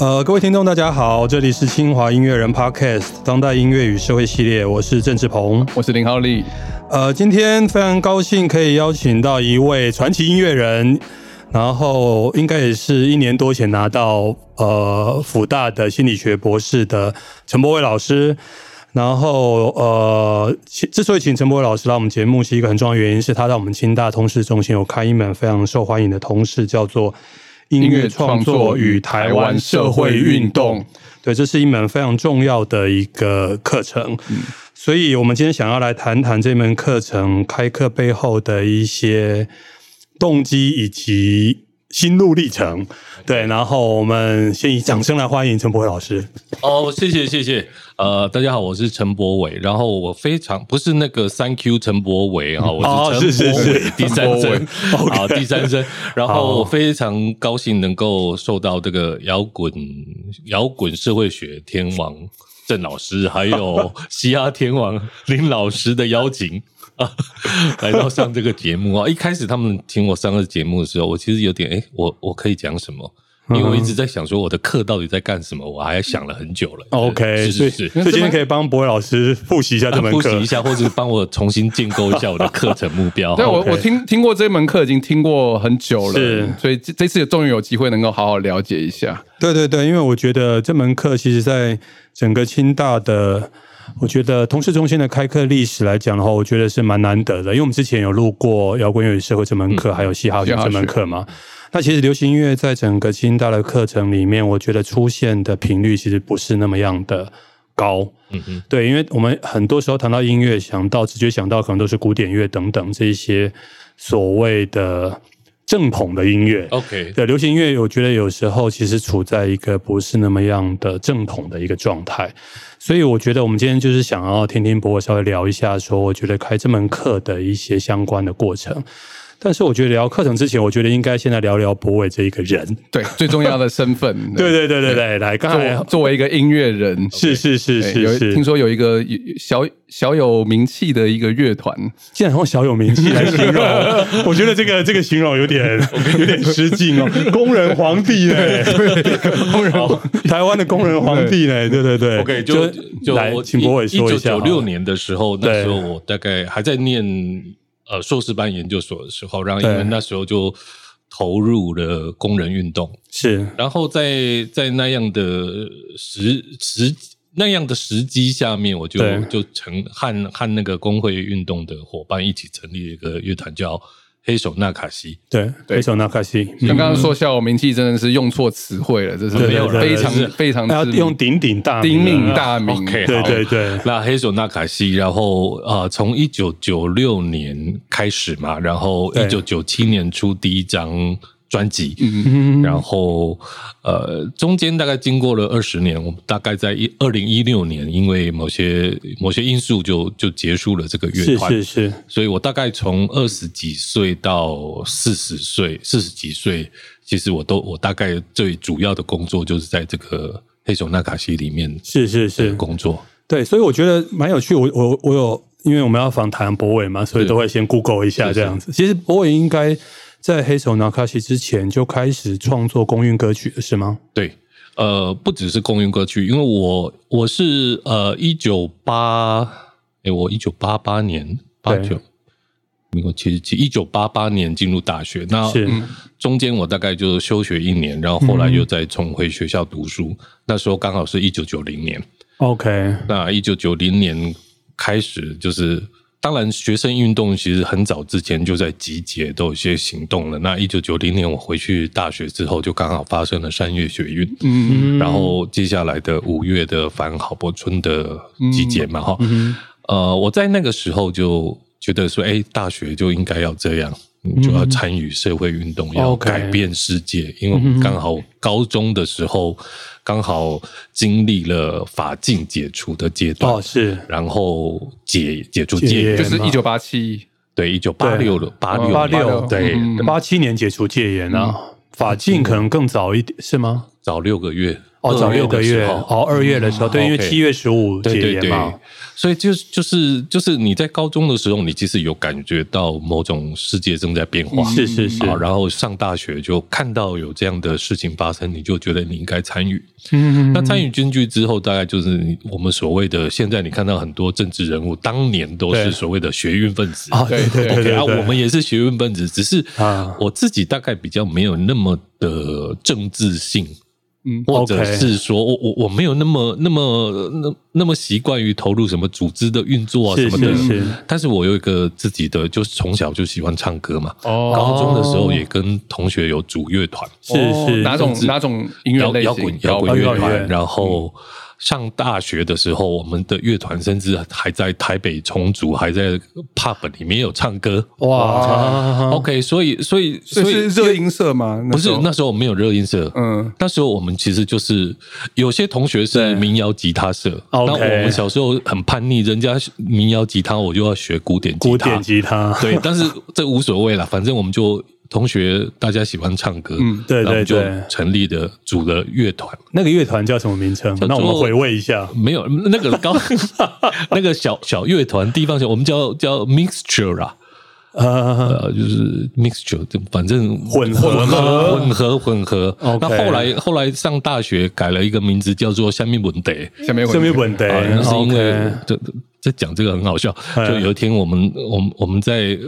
呃，各位听众，大家好，这里是清华音乐人 Podcast 当代音乐与社会系列，我是郑志鹏。我是林浩利，呃，今天非常高兴可以邀请到一位传奇音乐人，然后应该也是一年多前拿到呃辅大的心理学博士的陈柏伟老师。然后呃，其之所以请陈柏伟老师来我们节目，是一个很重要的原因，是他在我们清大通识中心有开一门非常受欢迎的通识，叫做。音乐创作与台湾社会运动，对，这是一门非常重要的一个课程，所以我们今天想要来谈谈这门课程开课背后的一些动机以及心路历程。对，然后我们先以掌声来欢迎陈博伟老师。哦，谢谢谢谢，呃，大家好，我是陈博伟，然后我非常不是那个三 Q 陈博伟啊，我哦是是是陈博伟、 是第三声， OK 好第三 声，然好后我非常高兴能够受到这个摇滚摇滚社会学天王郑老师，还有嘻哈天王林老师的邀请。 啊，来到上这个节目啊！一开始他们请我上这个节目的时候，我其实有点哎、诶我我可以讲什么？因嗯为我一直在想说我的课到底在干什么，我还想了很久了。嗯 OK，是所以哦是所以是。啊今天可以帮博伟老师复习一下这门复课习一。下，或者帮我重新建构一下我的课程目 标。哦对我哦 OK 我听听过这门课已经听过很久了，是所以这这次终于有机会能够好好了解一下。对对对，因为我觉得这门课其实在整个清大的，我觉得通识中心的开课历史来讲的话，我觉得是蛮难得的，因为我们之前有录过摇滚乐与社会这门课，还有嘻哈学嘻哈这门学课嘛。那其实流行音乐在整个清大的课程里面，我觉得出现的频率其实不是那么样的高。嗯嗯，对，因为我们很多时候谈到音乐，想到直觉想到可能都是古典乐等等这一些所谓的正统的音乐。 OK， 对，流行音乐我觉得有时候其实处在一个不是那么样的正统的一个状态，所以我觉得我们今天就是想要听听博伟稍微聊一下，说我觉得开这门课的一些相关的过程。但是我觉得聊课程之前，我觉得应该先来聊聊博伟这一个人。 对，最重要的身份，对，对对对对，来，刚才作作为一个音乐人，是是是对哎有是听是，说有一个有小小有名气的一个乐团， 竟然用小有名气来形 容，我觉得这个这个形容有点有点失敬 哦，工人皇帝呢？工人皇 台湾的工人皇帝呢？对对对 OK，就就来，我请博伟说一下好了。九六年的时候，那对时候我大概还在念呃硕士班研究所的时候，然后因对为那时候就投入了工人运动，是然后在在那样的时时那样的时机下面，我就对就成和和那个工会运动的伙伴一起成立了一个乐团叫黑手纳卡西。对，对非常纳卡西，像刚刚说小有名气真的是用错词汇了，这是嗯对非常对对非常是非常要致用鼎鼎大鼎名鼎啊，大名， OK，对对对，那黑手纳卡西，然后呃，从一九九六年开始嘛，然后对一九九七年出第一张专辑，嗯然后呃，中间大概经过了二十年，我们大概在一二零一六年，因为某些某些因素就就结束了这个乐是团，是是，所以我大概从二十几岁到四十岁，四十几岁，其实我都我大概最主要的工作就是在这个黑手纳卡西里面是是是，工作。对，所以我觉得蛮有趣。我我我有，因为我们要访谈博伟嘛，所以是都会先 Google 一下是这样子。其实博伟应该在黑手纳卡西之前就开始创作公运歌曲了，是吗？对，呃，不只是公运歌曲，因为我我是呃一九八，哎，我一九八八年八对九，民国七十七，一九八八年进入大学，那是嗯中间我大概就休学一年，然后后来又再重回学校读书，那时候刚好是一九九零年， OK，那一九九零年开始就是。当然，学生运动其实很早之前就在集结，都有一些行动了。那一九九零年我回去大学之后，就刚好发生了三月学运，嗯，然后接下来的五月的反郝柏村的集结嗯嘛，哈、呃，我在那个时候就觉得说，哎，大学就应该要这样，你嗯就要参与社会运动，要 OK 改变世界，因为我嗯们刚好高中的时候刚好经历了法禁解除的阶段，哦是然后解解除戒戒严哦就严，是一九八七，对，一九八六了，八六嗯八六86对，嗯八七年解除戒严啊，法禁可能更早一点，是吗？早六个月，哦，早二月六个的时月，候嗯哦，二月的时候，对，因为 OK 七月十五对解对严对嘛，，所以就是就是就是你在高中的时候，你其实有感觉到某种世界正在变化，是是是，啊，然后上大学就看到有这样的事情发生，你就觉得你应该参与。嗯，那参与军剧之后，大概就是你我们所谓的现在你看到很多政治人物，当年都对是所谓的学运分子啊，对对 OK，对对啊，对，我们也是学运分子，只是啊我自己大概比较没有那么的政治性，嗯或者 OK 是说我我我没有那么那么那那么习惯于投入什么组织的运作啊什是么的。是是，但是我有一个自己的，就是从小就喜欢唱歌嘛，哦，高中的时候也跟同学有组乐团，是哦是哪种哪种音乐摇类摇型滚？摇滚乐摇滚乐团。然后上大学的时候，我们的乐团甚至还在台北重组，还在 pub 里面有唱歌。哦哇， OK，所以所以所所以以是热音社嘛？不时是候那时候我们没有热音社，嗯，那时候我们其实就是有些同学是民谣吉他社，那我 OK 们小时候很叛逆，人家民谣吉他我就要学古典吉他，古典吉他，对，但是这无所谓啦，反正我们就同学大家喜欢唱歌，嗯对对就对成立的组了乐团，那个乐团叫什么名称？叫做那我们回味一下。没有那个高 那个小小乐团地方小，我们叫叫 mixture 啦，呃，呃，就是 mixture，就反正混合混合嘛混合混合。 OK 那后来后来上大学改了一个名字叫做下面文得，下面这边稳啊，的那是因为哎，OK，这这讲这个很好笑，嗯就有一天我们我们我们在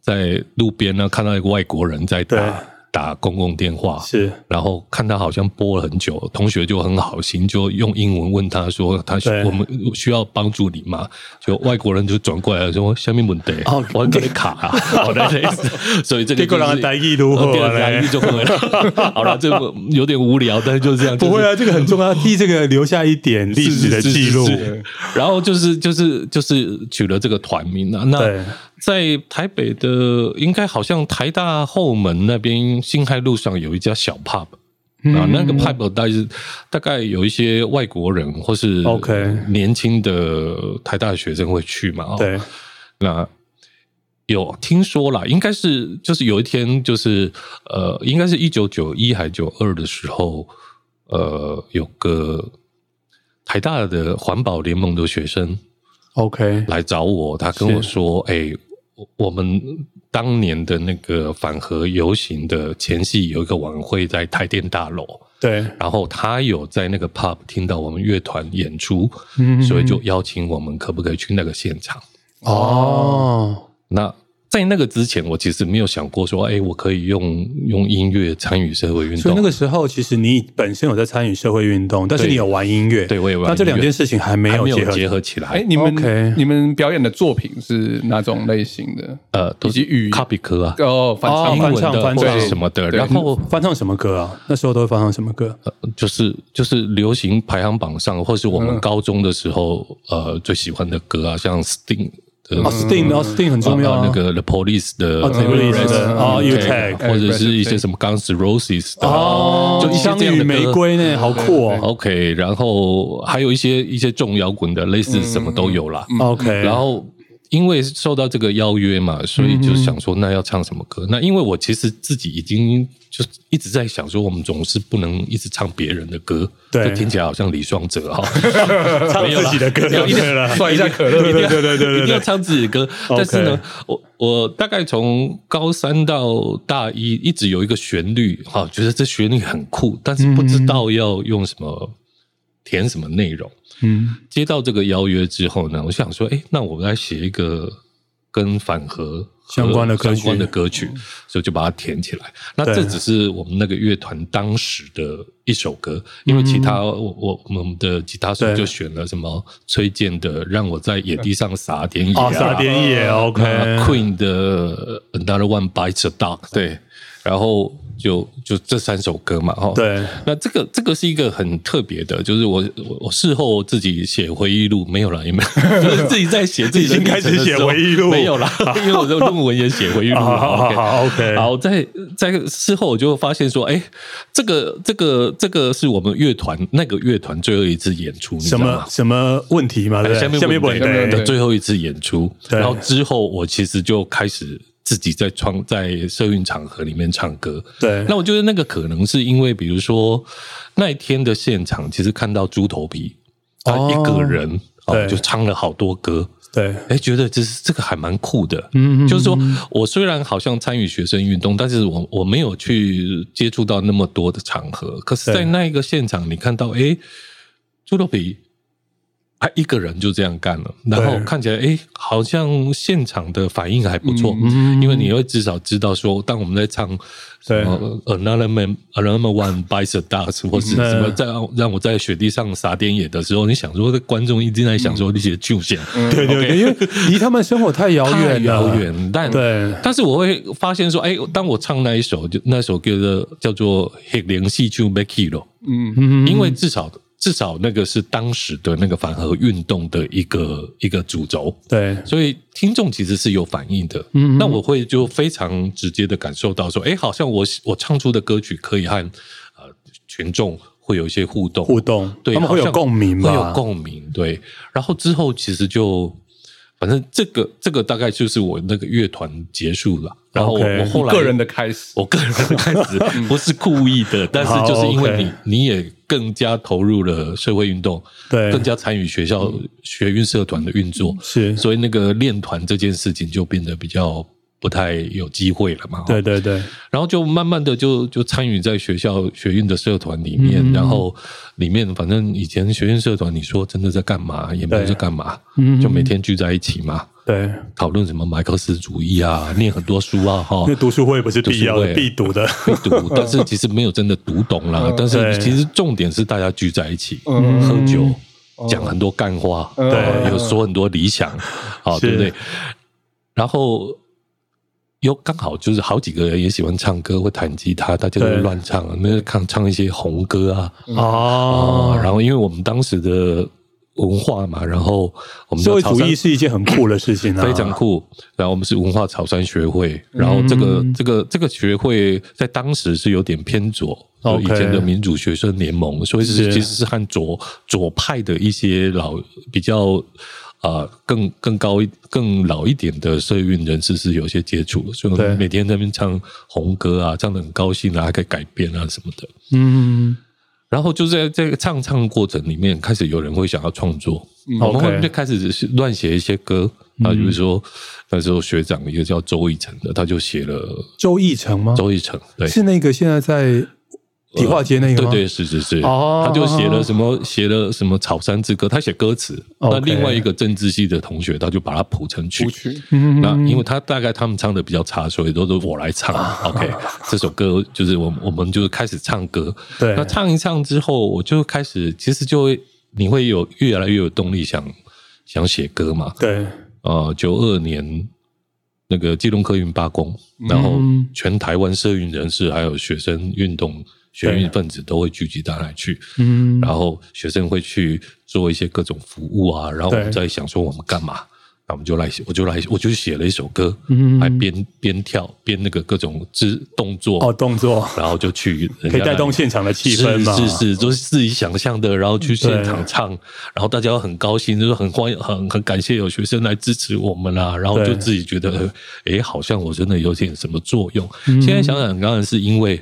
在路边呢看到一个外国人在打对打公共电话，是然后看他好像播了很久，同学就很好心，就用英文问他说：“他需对我们需要帮助你吗？”就外国人就转过来说：“下面问题，哦我给你卡啊， 好的类似。” 所以这个结果就是人家台语如何呃对嘞台语就会了。 好了，这个有点无聊，但是就是这 样。不会啊。啊，这个很重要， 替这个留下一点历史的记录。是是是然后就是就是就是取了这个团名啊。那对在台北的，应该好像台大后门那边新海路上有一家小 pub。啊，嗯那个 pub 大概是大概有一些外国人或是 OK 年轻的台大学生会去嘛。哦，对，那有听说啦，应该是就是有一天，就是呃，应该是一九九一还九二的时候，呃，有个台大的环保联盟的学生 OK，来找我，他跟我说：“哎、我我们当年的那个反核游行的前夕有一个晚会在台电大楼，对，然后他有在那个 pub 听到我们乐团演出，所以就邀请我们可不可以去那个现场。”哦，那在那个之前，我其实没有想过说，哎、我可以用用音乐参与社会运所动。以那个时候其实你本身有在参与社会运动，但是对你有玩音乐，对我也玩那这音乐两件事情还没还有没结有合结合起来，哎，你们 OK 你们表演的作品是哪种类型的？呃，都以及语卡比科啊，哦，反哦唱英翻文唱的翻或唱者什么的，对然后翻唱什么歌啊？那时候都会翻唱什么歌？呃就是就是流行排行榜上，或是我嗯们高中的时候，呃，最喜欢的歌啊，像 Sting 的哦，Sting，哦，Sting 很重要啊啊那。个 The Police 的哦 The Police 的哦 OK， U-Tag 或者是一些什么 Guns N' Roses 的哦，就一些相这样遇的歌玫瑰呢，好酷哦。 OK，然后还有一些一些重摇滚的，类似什嗯么都有啦。 OK，嗯然后因为受到这个邀约嘛，所以就想说，那要唱什么歌？那因为我其实自己已经就一直在想说，我们总是不能一直唱别人的歌，对这听起来好像李双泽哈， 唱自己的歌就对 了。算一下可乐，对对对对一对定要对，唱自己的歌。 OK 但是呢，我我大概从高三到大一，一直有一个旋律哈、觉得这旋律很酷，但是不知道要用什么填什么内容。嗯，接到这个邀约之后呢，我想说，哎，那我来写一个跟反核相关的歌曲嗯相关的歌曲，所以就把它填起来。那对这只是我们那个乐团当时的一首歌，因为其他嗯我我我们的吉他手对就选了什么崔健的《让我在野地上撒点野》哦，撒点野，OK，啊嗯那 Queen 的《Another One Bites the Dust》对，然后就就这三首歌嘛，哈，。对，那这个这个是一个很特别的，就是我我我事后自己写回忆录没有了，也没有，就是自己在写自己的已经开始写回忆录历程的时 候没有啦，因为我的论文也写回忆录好了。好嗯 OK 好，OK，好，在在事后我就发现说，哎、这个这个这个是我们乐团那个乐团最后一次演出，你知什道吗哎么什么问题嘛？对不对下面下面我不们能的对最后一次演出，对然后之后我其实就开始自己在创在社运场合里面唱歌。对，那我觉得那个可能是因为，比如说那一天的现场，其实看到猪头皮他哦一个人哦对就唱了好多歌，对，哎，觉得这是这个还蛮酷的。嗯就是说我虽然好像参与学生运动，但是我我没有去接触到那么多的场合。可是，对在那一个现场，你看到哎，猪头皮他一个人就这样干了，然后对看起来哎，好像现场的反应还不错，嗯因为你会至少知道说，当我们在唱什么呃 Another Man Another One Bites the Dust 或是嗯什么在让我在雪地上撒点野的时候，你想说观众一定在想说嗯那些旧线。对对对，因为离他们生活太遥太远了，遥。远，但对但是我会发现说，哎，当我唱那一首就那首歌的叫做《黑灵戏就 Make It》了，嗯，嗯，因为至少至少那个是当时的那个反核运动的一个一个主轴，对所以听众其实是有反应的。嗯那我会就非常直接的感受到说，哎，好像我我唱出的歌曲可以和呃群众会有一些互动，互动，对，他们会有好像共鸣吧？会有共鸣，对。然后之后其实就，反正这个这个大概就是我那个乐团结束了。然后我 OK 我后来个人的开始，我个人开始不是故意的，但是嗯好就是因为 OK 你你也更加投入了社会运动，对嗯更加参与学校学运社团的运作，是，所以那个练团这件事情就变得比较不太有机会了嘛。对对对，然后就慢慢的就就参与在学校学运的社团里面，嗯然后里面反正以前学运社团，你说真的在干嘛，也没有对在干嘛，嗯就每天聚在一起嘛，对，讨论什么马克思主义啊，念很多书啊，哈因为，读书会不是必要读的书、会必读 的，会 读，但是其实没有真的读懂啦嗯。但是对其实重点是大家聚在一起嗯喝酒，嗯讲很多干话，哦嗯对有说很多理想，好，嗯是对不对？然后有刚好就是好几个人也喜欢唱歌，会弹吉他，大家就对乱唱，那唱唱一些红歌啊哦啊。然后因为我们当时的文化嘛，然后我们社叫会潮主汕义是一件很酷的事情啊，嗯非常酷。然后我们是文化草山学会，然后这个、这个这个学会在当时是有点偏左，就 OK 以前的民主学生联盟，所以是是其实是和左左派的一些老比较。啊、更更高一更老一点的社运人士是有一些接触的，所以我对们每天在那边唱红歌啊，唱的很高兴啊，还可以改编啊什么的。嗯，然后就在这个唱唱的过程里面，开始有人会想要创作，我嗯们 OK 嗯会就开始乱写一些歌啊，比如说那时候学长一个叫周逸晨的，他就写了周逸成吗？周逸晨，对。是那个现在在迪化街那个对吗？对是是是，哦他就写了什么写了什么《草山之歌》，他写歌词。 OK 那另外一个政治系的同学，他就把它谱成曲舞。曲，嗯，啊那因为他大概他们唱的比较差，所以都是我来唱。OK，这首歌就是我们我们就开始唱歌。对那唱一唱之后，我就开始其实就会你会有越来越有动力想想写歌嘛。对呃，九二年那个基隆客运罢工，嗯然后全台湾社运人士还有学生运动、学运分子都会聚集到那里去。嗯然后学生会去做一些各种服务啊，然后我对们在想说我们干嘛，那我们就来写，我就来，我就写了一首歌，嗯还边边跳边那个各种肢动作，哦，动作然后就去人可家以带动现场的气氛嘛？是是是，就是自己想象的，然后去现场唱，然后大家很高兴，就是很欢很很感谢有学生来支持我们啦、然后对就自己觉得，哎、诶好像我真的有点什么作用。嗯现在想想，当然是因为。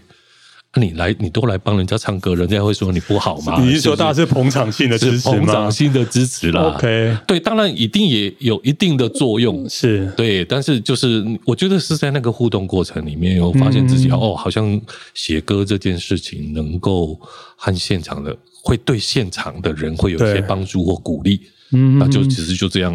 啊你来，你都来帮人家唱歌，人家会说你不好吗？你是说大家是是捧场性的不是支啊持是膨吗胀性的支持啦？ ？OK，对，当然一定也有一定的作用，是对，但是就是我觉得是在那个互动过程里面，我发现自己、嗯哦，好像写歌这件事情能够和现场的，会对现场的人会有一对些帮助或鼓励。嗯那就其实就这样，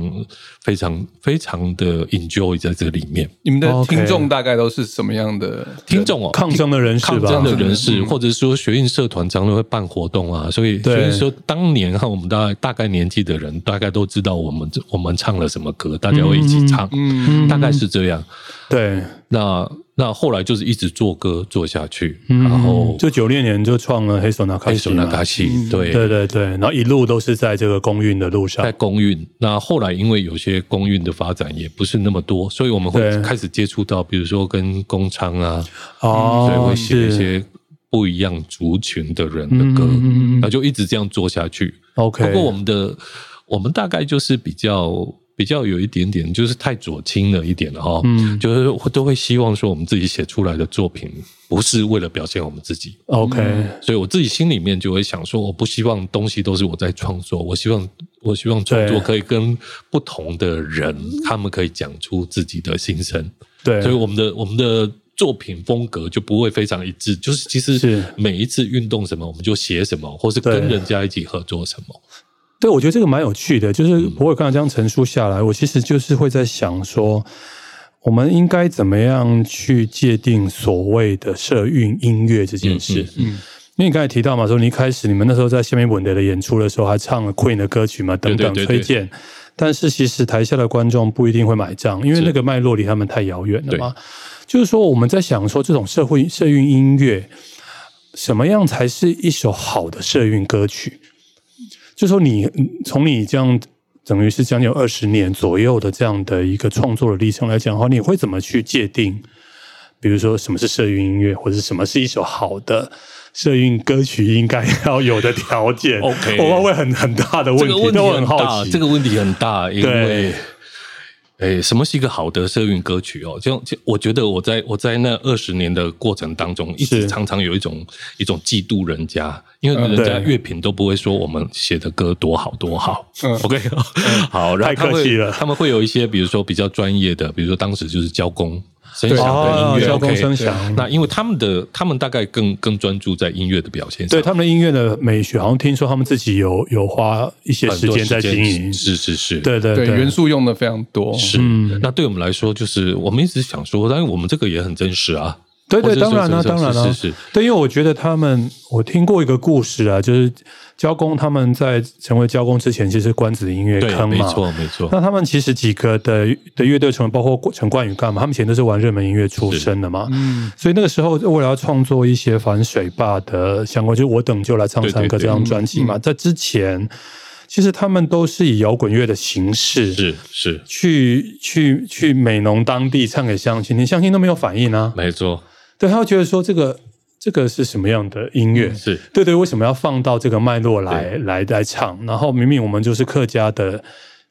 非常非常的 enjoy 在这里面。你们的 OK 听众大概都是什么样的人？听众哦，抗争的人士抗吧嗯争？的人士，或者说学运社团常常会办活动啊，所以对所以说当年啊和我们大大概年纪的人，大概都知道我们这我们唱了什么歌，大家会一起唱，嗯大概是这样。对，那那后来就是一直做歌做下去，嗯然后就九六年就创了黑手拿卡黑西手嘛那卡西，对，对对对，然后一路都是在这个公运的路上在，公运。那后来因为有些公运的发展也不是那么多，所以我们会对开始接触到，比如说跟工商啊，所以哦，会写一是些不一样族群的人的歌，嗯嗯嗯嗯嗯那就一直这样做下去。 OK，不过我们的我们大概就是比较比较有一点点就是太左倾了一点了哈，嗯就是会都会希望说我们自己写出来的作品不是为了表现我们嗯自己， ，OK，所以我自己心里面就会想说，我不希望东西都是我在创作，我希望我希望创作对可以跟不同的人，他们可以讲出自己的心声，对，所以我们的我们的作品风格就不会非常一致，就是其实是每一次运动什么，我们就写什么，或是跟对人家一起合作什么，对，我觉得这个蛮有趣的，嗯就是我有看到这样陈述下来，我其实就是会在想说，我们应该怎么样去界定所谓的社运音乐这件事？嗯，因为你刚才提到嘛，说你一开始你们那时候在下面稳德的演出的时候，还唱了 Queen 的歌曲嘛，等等对对对推荐。但是其实台下的观众不一定会买账，因为那个脉络离他们太遥远了嘛。就是说，我们在想说，这种社会社运音乐，什么样才是一首好的社运歌曲？就说你嗯从你这样等于是将近二十年左右的这样的一个创作的历程来讲的话，你会怎么去界定？比如说什么是社运音乐，或者什么是一首好的社运歌曲应该要有的条件 OK 我会很很大的问题，这个问题但我很很好大，奇，这个问题很大，因为对。诶，什么是一个好的社运歌曲哦？就就我觉得我在我在那二十年的过程当中，一直是常常有一种一种嫉妒人家，因为嗯人家对乐评都不会说我们写的歌多好多好。嗯 OK，好，然太后他们客气了他们会有一些，比如说比较专业的，比如说当时就是交工声响哦的音乐，交工 OK 声响那因为他们的他们大概更更专注在音乐的表现上对，他们的音乐的美学，好像听说他们自己有有花一些很时多间在经营。是是是，对对对，对，元素用的非常多，是，嗯那对我们来说，就是我们一直想说，但是我们这个也很真实啊。对对，或者当是然啦、是当然啦、啊是是是对，因为我觉得他们，我听过一个故事啊，就是交工他们在成为交工之前，其实关子音乐对，坑没嘛。错没错，那他们其实几个的的乐队成员，包括陈冠宇干嘛，他们以前都是玩热门音乐出身的嘛。嗯，所以那个时候，为了要创作一些反水坝的相关，就是我等就来唱对对三个对嗯这张专辑嘛，在之前，其实他们都是以摇滚乐的形式是是去去去美浓当地唱给乡亲，连乡亲都没有反应啊。没错，对，他会觉得说这个这个是什么样的音乐？是对对，为什么要放到这个脉络来来来唱？然后明明我们就是客家的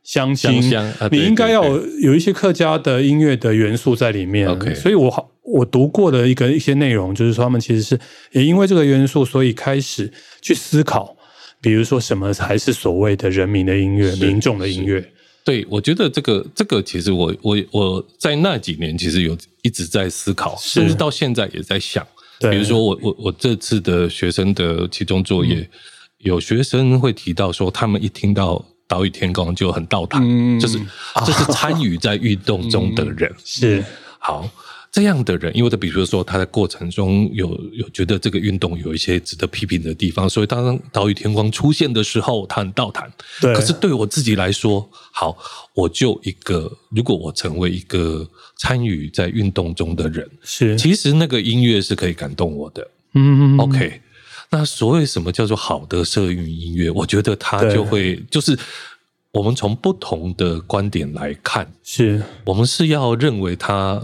乡亲，乡乡啊对你应该要有有一些客家的音乐的元素在里面。 OK 所以我好我读过的一个一些内容，就是说他们其实是也因为这个元素，所以开始去思考，比如说什么才是所谓的人民的音乐、是民众的音乐。对。我觉得这个这个，其实我我我在那几年其实有一直在思考，是甚至到现在也在想。对，比如说我我我这次的学生的期中作嗯业，有学生会提到说，他们一听到“岛屿天光”就很到达，嗯就是就是参与在运动中的嗯人。是好，这样的人，因为他比如说他在过程中有有觉得这个运动有一些值得批评的地方，所以当岛屿天光出现的时候，他很倒谈。对可是对我自己来说，好，我就一个，如果我成为一个参与在运动中的人，是，嗯其实那个音乐是可以感动我的。嗯 OK，那所谓什么叫做好的社运音乐？我觉得它对就会就是我们从不同的观点来看，是我们是要认为它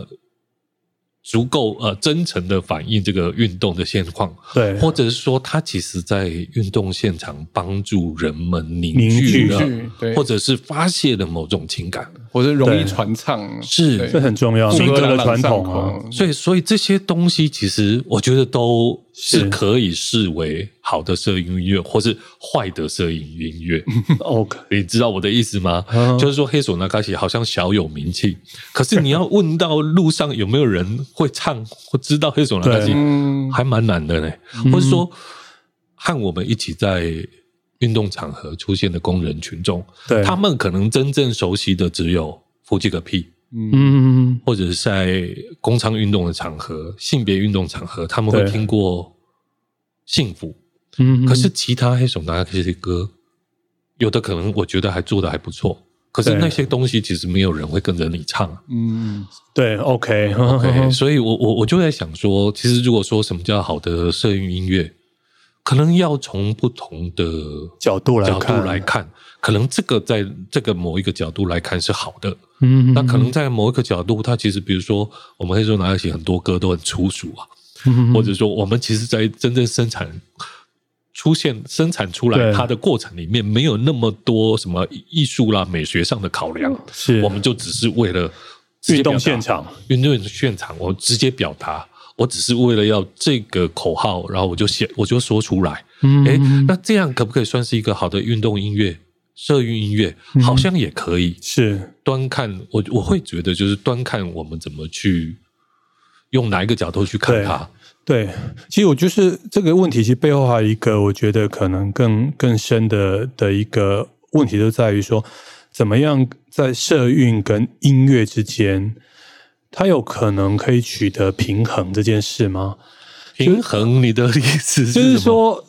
足够呃真诚的反映这个运动的现况，对，啊或者是说它其实在运动现场帮助人们凝凝聚聚了，聚对或者是发泄了某种情感。啊或者容易对传唱，啊是对这很重要，副民歌歌的朗朗传上统啊。口，所以，所以这些东西其实我觉得都是是可以视为好的摄影音乐，或是坏的摄影 音乐。 OK，你知道我的意思吗？嗯就是说，黑手那卡西好像小有名气，可是你要问到路上有没有人会唱或知道黑手那卡西，嗯，还蛮难的呢。嗯或者说，和我们一起在运动场合出现的工人群众，对，他们可能真正熟悉的只有夫妻个屁。嗯，或者是在工商运动的场合、性别运动场合，他们会对听过幸福。嗯，可是其他黑手拿这些歌，有的可能我觉得还做的还不错，可是对那些东西其实没有人会跟着你唱啊。嗯，对，OK，嗯对，所以我我我就在想说，其实如果说什么叫好的社运音乐，可能要从不同的 角度来角度看，来看，可能这个在这个某一个角度来看是好的，嗯，那可能在某一个角度，它其实比如说，我们黑手拿来写很多歌都很粗俗啊，嗯或者说我们其实，在真正生产出现生产出来对它的过程里面没有那么多什么艺术啦、美学上的考量，是我们就只是为了直接运动表达现场，运动现场，我直接表达，我只是为了要这个口号，然后我就写，我就说出来。嗯诶，那这样可不可以算是一个好的运动音乐、社运音乐？嗯好像也可以。是端看我，我会觉得就是端看我们怎么去用哪一个角度去看它。对。其实我就是这个问题，其实背后还有一个，我觉得可能更更深的的一个问题，就在于说，怎么样在社运跟音乐之间，它有可能可以取得平衡这件事吗？平衡你的意思是就是什么，说，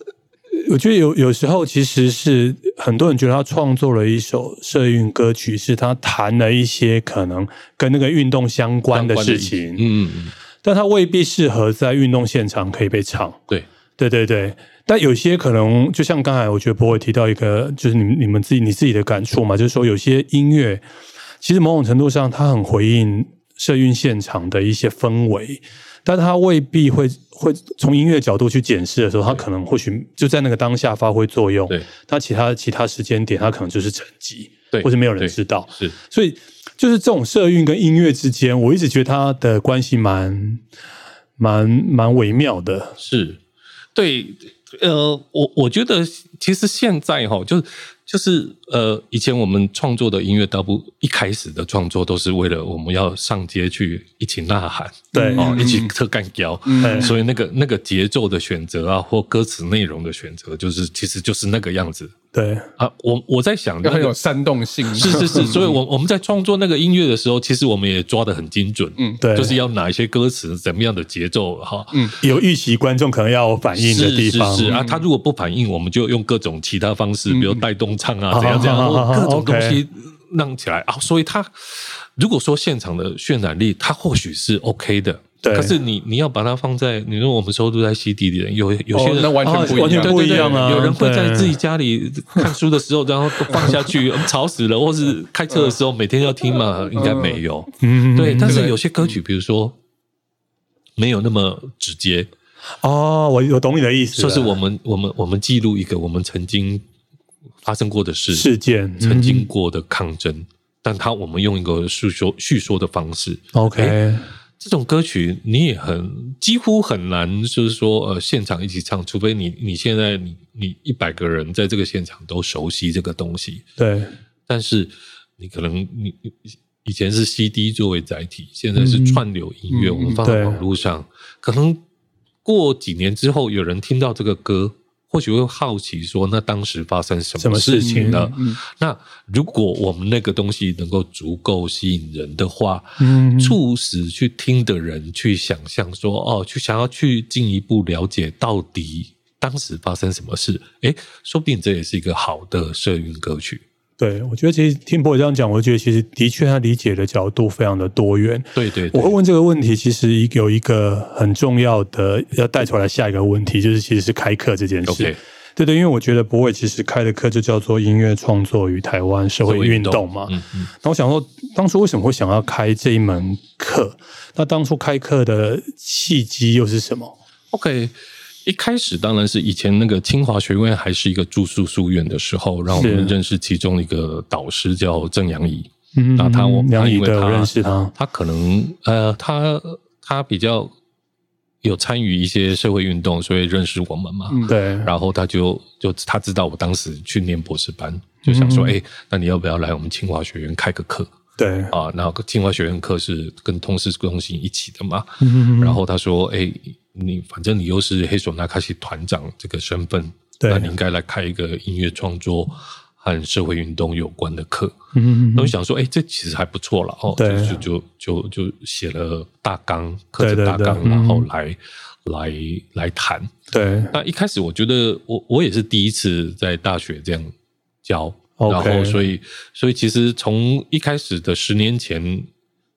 我觉得有有时候其实是很多人觉得他创作了一首社运歌曲，是他谈了一些可能跟那个运动相关的事情，嗯，嗯嗯但他未必适合在运动现场可以被唱。对，对对对，但有些可能就像刚才我觉得博伟提到一个，就是你们你们自己你自己的感触嘛，就是说有些音乐其实某种程度上它很回应社运现场的一些氛围，但它未必会会从音乐角度去检视的时候，它可能或许就在那个当下发挥作用，对，它其他其他时间点它可能就是沉寂，对或是没有人对知道，是所以就是这种社运跟音乐之间，我一直觉得它的关系蛮蛮蛮微妙的，是，对，呃，我我觉得其实现在哈，就是就是呃，以前我们创作的音乐，大部一开始的创作都是为了我们要上街去一起呐喊，对哦，一起特干胶，对所以那个那个节奏的选择啊，或歌词内容的选择，就是其实就是那个样子对。啊。我我在想，要那很个有煽动性，是是 是，所以我我们在创作那个音乐的时候，其实我们也抓得很精准，嗯对就是要哪一些歌词，怎么样的节奏，哈，嗯，有预期观众可能要有反应的地方。是是是嗯啊，他如果不反应，我们就用各种其他方式，比如带动唱啊，啊怎样怎啊样，啊啊或各种东 OK 西弄起来啊。所以他如果说现场的渲染力，它或许是 OK 的。对可是你你要把它放在，你说我们收录在 CD 里的，有有些哦人、那完全啊不一完全样对不对一对，样啊！有人会在对自己 家里看书的时候，然后都放下去， 嗯吵死了，或是开车的时候每天要听嘛，应该没有。嗯对，但是对有些歌曲，比如说没有那么直接，哦，我我懂你的意思就了，是我们我们我们记录一个我们曾经发生过的嗯事，事件曾经过的抗争，但它我们用一个叙说叙说的方式。哎 OK 这种歌曲你也很几乎很难，就是说呃现场一起唱，除非你你现在你你一百个人在这个现场都熟悉这个东西，对但是你可能你你以前是 CD 作为载体，现在是串流音乐，嗯我们放在对网络上，可能过几年之后，有人听到这个歌，或许会好奇说，那当时发生什什么么事事情情了？嗯嗯那如果我们那个东西能够足够吸引人的话，嗯促使去听的人去想象说，哦，去想要去进一步了解到底。当时发生什么事？诶，说不定这也是一个好的社运歌曲。对，我觉得其实听博这样讲，我觉得其实的确他理解的角度非常的多元。对对我对会，问这个问题，其实一有一个很重要的要带出来下一个问题，就是其实是开课这件事。 OK 对对，因为我觉得博伟其实开的课就叫做《音乐创作与台湾社会运动》嘛。嗯嗯，然后我想说，当初为什么会想要开这一门课？那当初开课的契机又是什么？ OK，一开始当然是以前那个清华学院还是一个住宿书院的时候，让我们是认识其中一个导师叫郑阳怡。嗯那他我梁怡他因的为他我认识他，他可能呃，他他比较有参与一些社会运动，所以认识我们嘛。对，然后他就就他知道我当时去念博士班，就想嗯说，哎、那你要不要来我们清华学院开个课？ 对，啊，然后清华学院课是跟通识中心一起的嘛，嗯然后他说，哎、你反正你又是黑手纳卡西团长这个身份，对那你应该来开一个音乐创作和社会运动有关的课。嗯那我想说，哎、这其实还不错了哦，对就就就就就写了大纲，课对对嗯程大纲，对然后来来来谈。对，那一开始我觉得我我也是第一次在大学这样教 OK 然后所以所以其实从一开始的十年前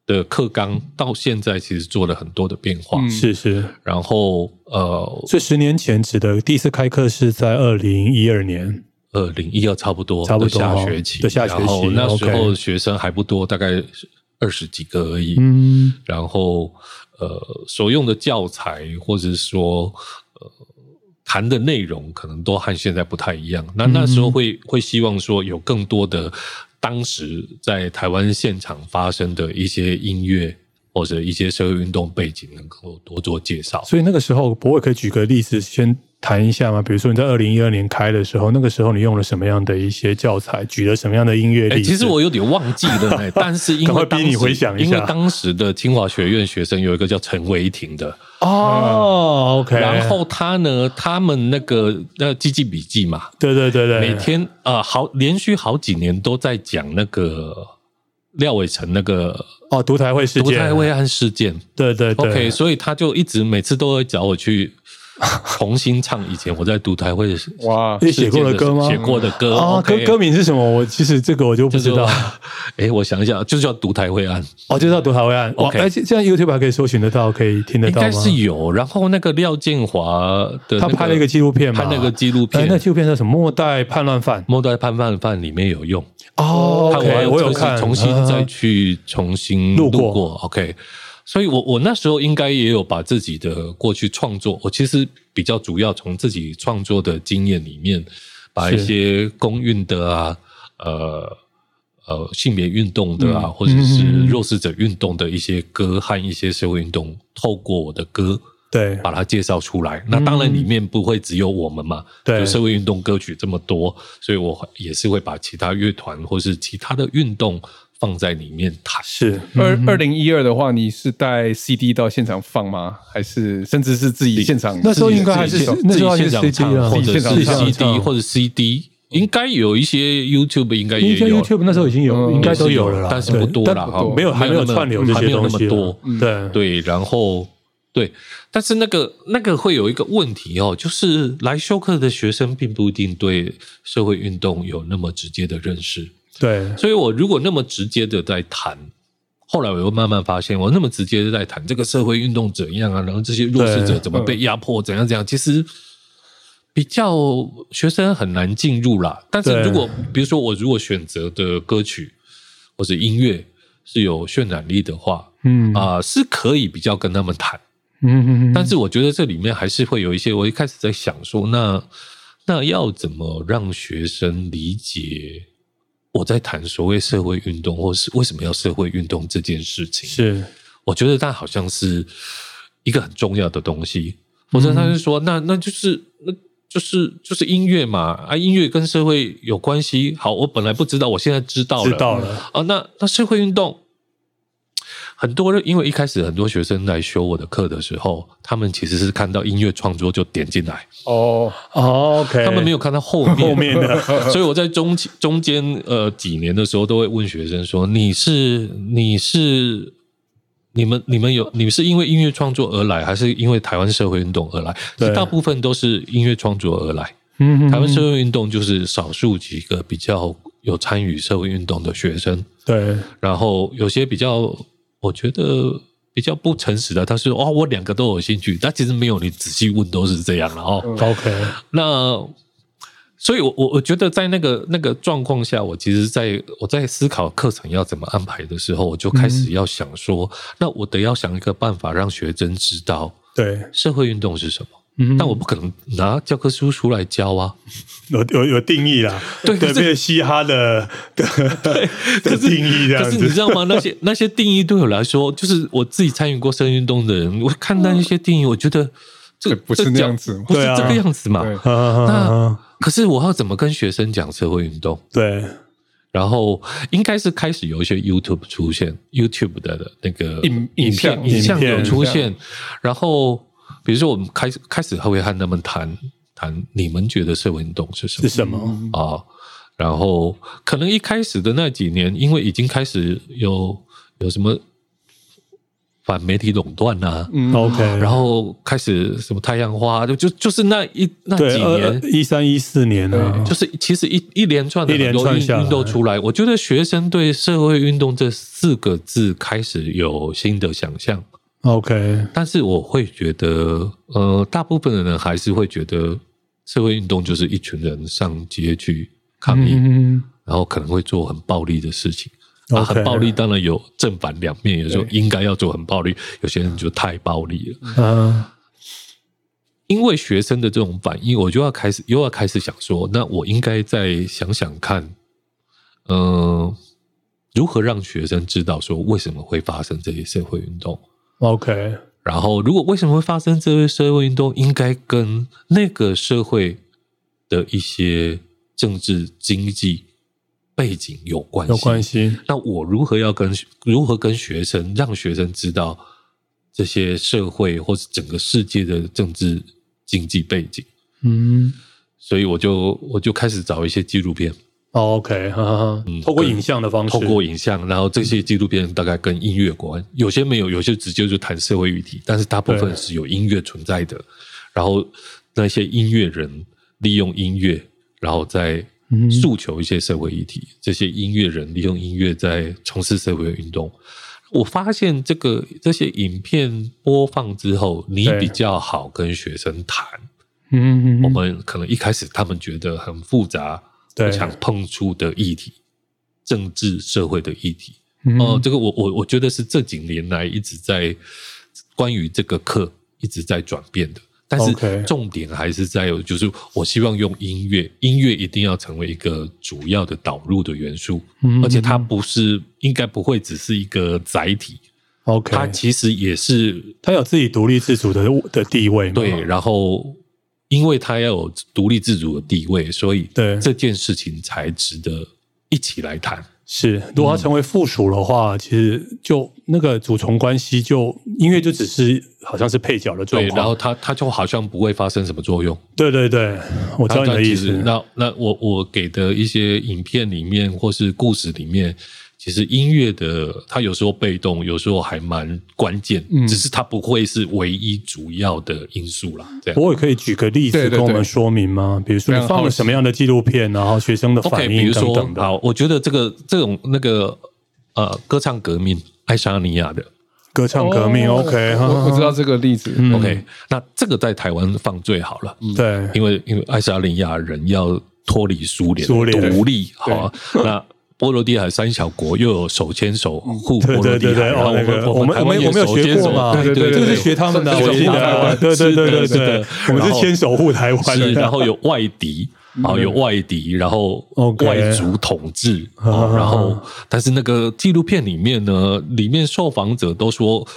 的课纲到现在，其实做了很多的变化。嗯是是。然后呃，所以十年前指的第一次开课是在二零一二年，二零一二差不多差不的多下哦学期的下学期然后那时 OK 候学生还不多，大概二十几个而已。嗯，然后呃所用的教材，或者是说呃谈的内容可能都和现在不太一样。嗯那那时候会会希望说有更多的当时在台湾现场发生的一些音乐或者一些社会运动背景能够多做介绍。所以那个时候，博伟可以举个例子先谈一下吗？比如说你在二零一二年开的时候，那个时候你用了什么样的一些教材，举了什么样的音乐哎、例子？其实我有点忘记 了、哎但是因赶快为逼当你时回想一因为下当时的清华学院学生有一个叫陈维廷的，哦，OK，然后他呢，他们那个那《记记笔记》嘛，对对对对，每天啊、呃好连续好几年都在讲那个廖伟成那个哦，独台会事独件，太慰安事件。对对对 OK，所以他就一直每次都会找我去 重新唱以前我在独台会的时哇，你写过的歌吗写过的歌。哦，歌 OK 歌名是什么？我其实这个我就不就知是道，哎，我想一下，就叫独台会案，哦，就叫独台会案。哇 OK 哎，这这样 YouTube 还可以搜寻得到，可以听得应到吗该？是有。然后那个廖建华的那个、他拍了一个纪录片嘛，拍那个纪录哎片，那纪录片叫什么？末代叛乱犯。 《末代判犯犯》里面有用。哦看，OK，完我有就是看，重新再啊去重新路录过 OK，所以我我那时候应该也有把自己的过去创作，我其实比较主要从自己创作的经验里面，把一是些公运的啊，呃。呃，性别运动的啊，嗯或者嗯嗯是嗯弱势者运动的一些歌和一些社会运动，透过我的歌，对把它介绍出来。那当然里面不会只有我们嘛，嗯对就社会运动歌曲这么多，所以我也是会把其他乐团或是其他的运动放在里面谈。是二二零一二的话，你是带 CD 到现场放吗？还是甚至是自己现场？那时候自己应该还自己是手那时候还自是己 CD 现场啊唱，或者自己现是场 CD 唱或者 CD，应该有一些 YouTube 应该因呃也为有。 YouTube 那时候已经有，嗯应该都也是有有了啦，但是对不多但啦哈没有还没有没有那么串流这些还没有东那么西啦多嗯对对，然后对，但是那个那个会有一个问题哦，就是来修课的学生并不一定对社会运动有那么直接的认识。对所以我如果那么直接的在谈，后来我又慢慢发现，我那么直接的在谈这个社会运动怎样啊，然后这些弱势者对怎么被压迫，怎样怎样，嗯其实比较学生很难进入啦。但是对如果比如说我如果选择的歌曲或者音乐是有渲染力的话，嗯啊、是可以比较跟他们谈。嗯嗯嗯，但是我觉得这里面还是会有一些，我一开始在想说，那那要怎么让学生理解我在谈所谓社会运动，或是为什么要社会运动这件事情？是我觉得它好像是一个很重要的东西，嗯否则他就说，那那就是那。就是就是音乐嘛啊，音乐跟社会有关系。好，我本来不知道，我现在知道了。知道了，啊，那那社会运动，很多人因为一开始很多学生来修我的课的时候，他们其实是看到音乐创作就点进来，哦，哦 OK，嗯他们没有有看到后面 后面的 所以我在中期中间呃几年的时候，都会问学生说：“你是你是你们你们有你们是因为音乐创作而来，还是因为台湾社会运动而来？”其实对大部分都是音乐创作而来。嗯嗯嗯台湾社会运动就是少数几个比较有参与社会运动的学生，对然后有些比较，我觉得比较不诚实的，他是哦，我两个都有兴趣，但其实没有，你仔细问都是这样了哦。 OK 那所以我，我我觉得在那个那个状况下，我其实在我在思考课程要怎么安排的时候，我就开始要想说，那我得要想一个办法让学生知道对，社会运动是什么。嗯但我不可能拿教科书出来教啊，有有有定义啦，对可对，是被嘻哈 的 的的可是定义这样可是你知 子，道吗？那些那些定义对我来说，就是我自己参与过社会运动的人，我看到一些定义，我觉得这对不是这那讲样子嘛不是对啊这个样子嘛。对，那那可是我要怎么跟学生讲社会运动？对然后应该是开始有一些 YouTube 出现，YouTube 的那个影影影片像影像影片有出影现，然后比如说我们开始开始会和他们谈谈，你们觉得社会运动是什么是？什么？啊，然后可能一开始的那几年，因为已经开始有有什么反媒体垄断啊，嗯 OK，然后开始什么太阳花，啊就就就是那一那对几呃年，一三一四年啊呢，就是其实一一连串的一连很多串运下来运动出来，我觉得学生对社会运动这四个字开始有新的想象， OK 但是我会觉得，呃，大部分的人还是会觉得社会运动就是一群人上街去抗议。嗯然后可能会做很暴力的事情。啊， OK 很暴力当然有正反两啊面，有时候应该要做很暴力，有些人就太暴力了。嗯因为学生的这种反应，我就要开始又要开始想说，那我应该再想想看，嗯、如何让学生知道说为什么会发生这些社会运动？ OK，然后，如果为什么会发生这些社会运动，应该跟那个社会的一些政治、经济背景有关系。有关系。那我如何要跟如何跟学生让学生知道这些社会或是整个世界的政治经济背景？嗯所以我就我就开始找一些纪录片，哦，OK，哈哈哈嗯。透过影像的方式，透过影像，然后这些纪录片大概跟音乐有关，有些没有，有些直接就谈社会议题，但是大部分对是有音乐存在的。然后那些音乐人利用音乐，然后再嗯诉求一些社会议题。这些音乐人利用音乐在从事社会运动。我发现这个这些影片播放之后，你对比较好跟学生谈。嗯，嗯嗯我们可能一开始他们觉得很复杂，对不想碰触的议题，政治社会的议题。嗯哦、这个我我我觉得是这几年来一直在关于这个课一直在转变的，但 OK 是重点还是在有，就是我希望用音乐，音乐一定要成为一个主要的导入的元素，嗯而且它不是应该不会只是一个载体， OK，他它其实也是他有自己独立自主的的地位嘛，对，然后因为他要有独立自主的地位，所以对这件事情才值得一起来谈。是，如嗯果要成为附属的话，其实就那个主从关系就音乐就只是好像是配角的状对，况，然后他他就好像不会发生什么作用。对对对，我知道你的意思那其实，那那我我给的一些影片里面或是故事里面，其实音乐的它有时候被动，有时候还蛮关键，嗯只是它不会是唯一主要的因素啦。这样。我也可以举个例子对对跟我们对说明吗？比如说非你常放好了奇什么样的纪录片，然后学生的 OK，反比应如等说等，的。好，我觉得这个这种那个呃，歌唱革命，爱沙尼亚的，歌唱革命、哦 o k 哈哈我我知道这个例子。嗯 OK，那这个在台湾放最好了，对，因为因为爱沙尼亚人要脱离苏联，苏联独立，好、啊，那。波罗的海三小国又有手牵手护对波嗯罗对的对海，对，然后哦，那个我我们们我们我们有学过嘛？对对这个是学他们的啊，是我记是得啊，对对对对对，我们是牵。牵手护台湾是，然的，后有外敌，啊，有外敌，然后 OK 外族统治，啊然后但是那个纪录片里面呢，里面受访者都说，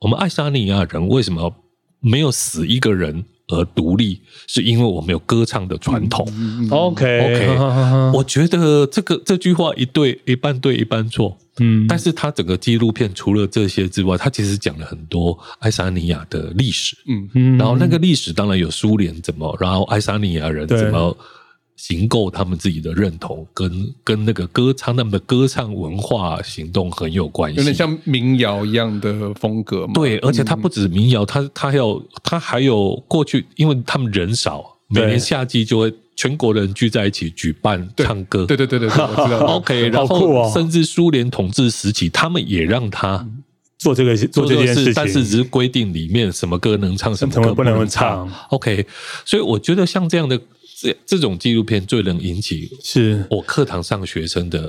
我们爱沙尼亚人为什么没有死一个人而独立，是因为我们有歌唱的传统。 OK OK，哈哈哈我觉得这个这句话一对一半对一半错，嗯，但是他整个纪录片除了这些之外，他其实讲了很多爱沙尼亚的历史，嗯嗯然后那个历史当然有苏联怎么，然后爱沙尼亚人对怎么行构他们自己的认同，跟跟那个歌唱他们的歌唱文化行动很有关系，有点像民谣一样的风格嘛。对，而且它不止民谣，它它还有它还有过去，因为他们人少，每对年夏季就会全国人聚在一起举办对唱歌，对对对对，对我知 道。 OK，好然酷哦后甚至苏联统治时期，他们也让他做这个做这件事但是情，只是规定里面什么歌能唱，什么什么歌不能能唱。 OK，所以我觉得像这样的这这种纪录片最能引起是我课堂上学生的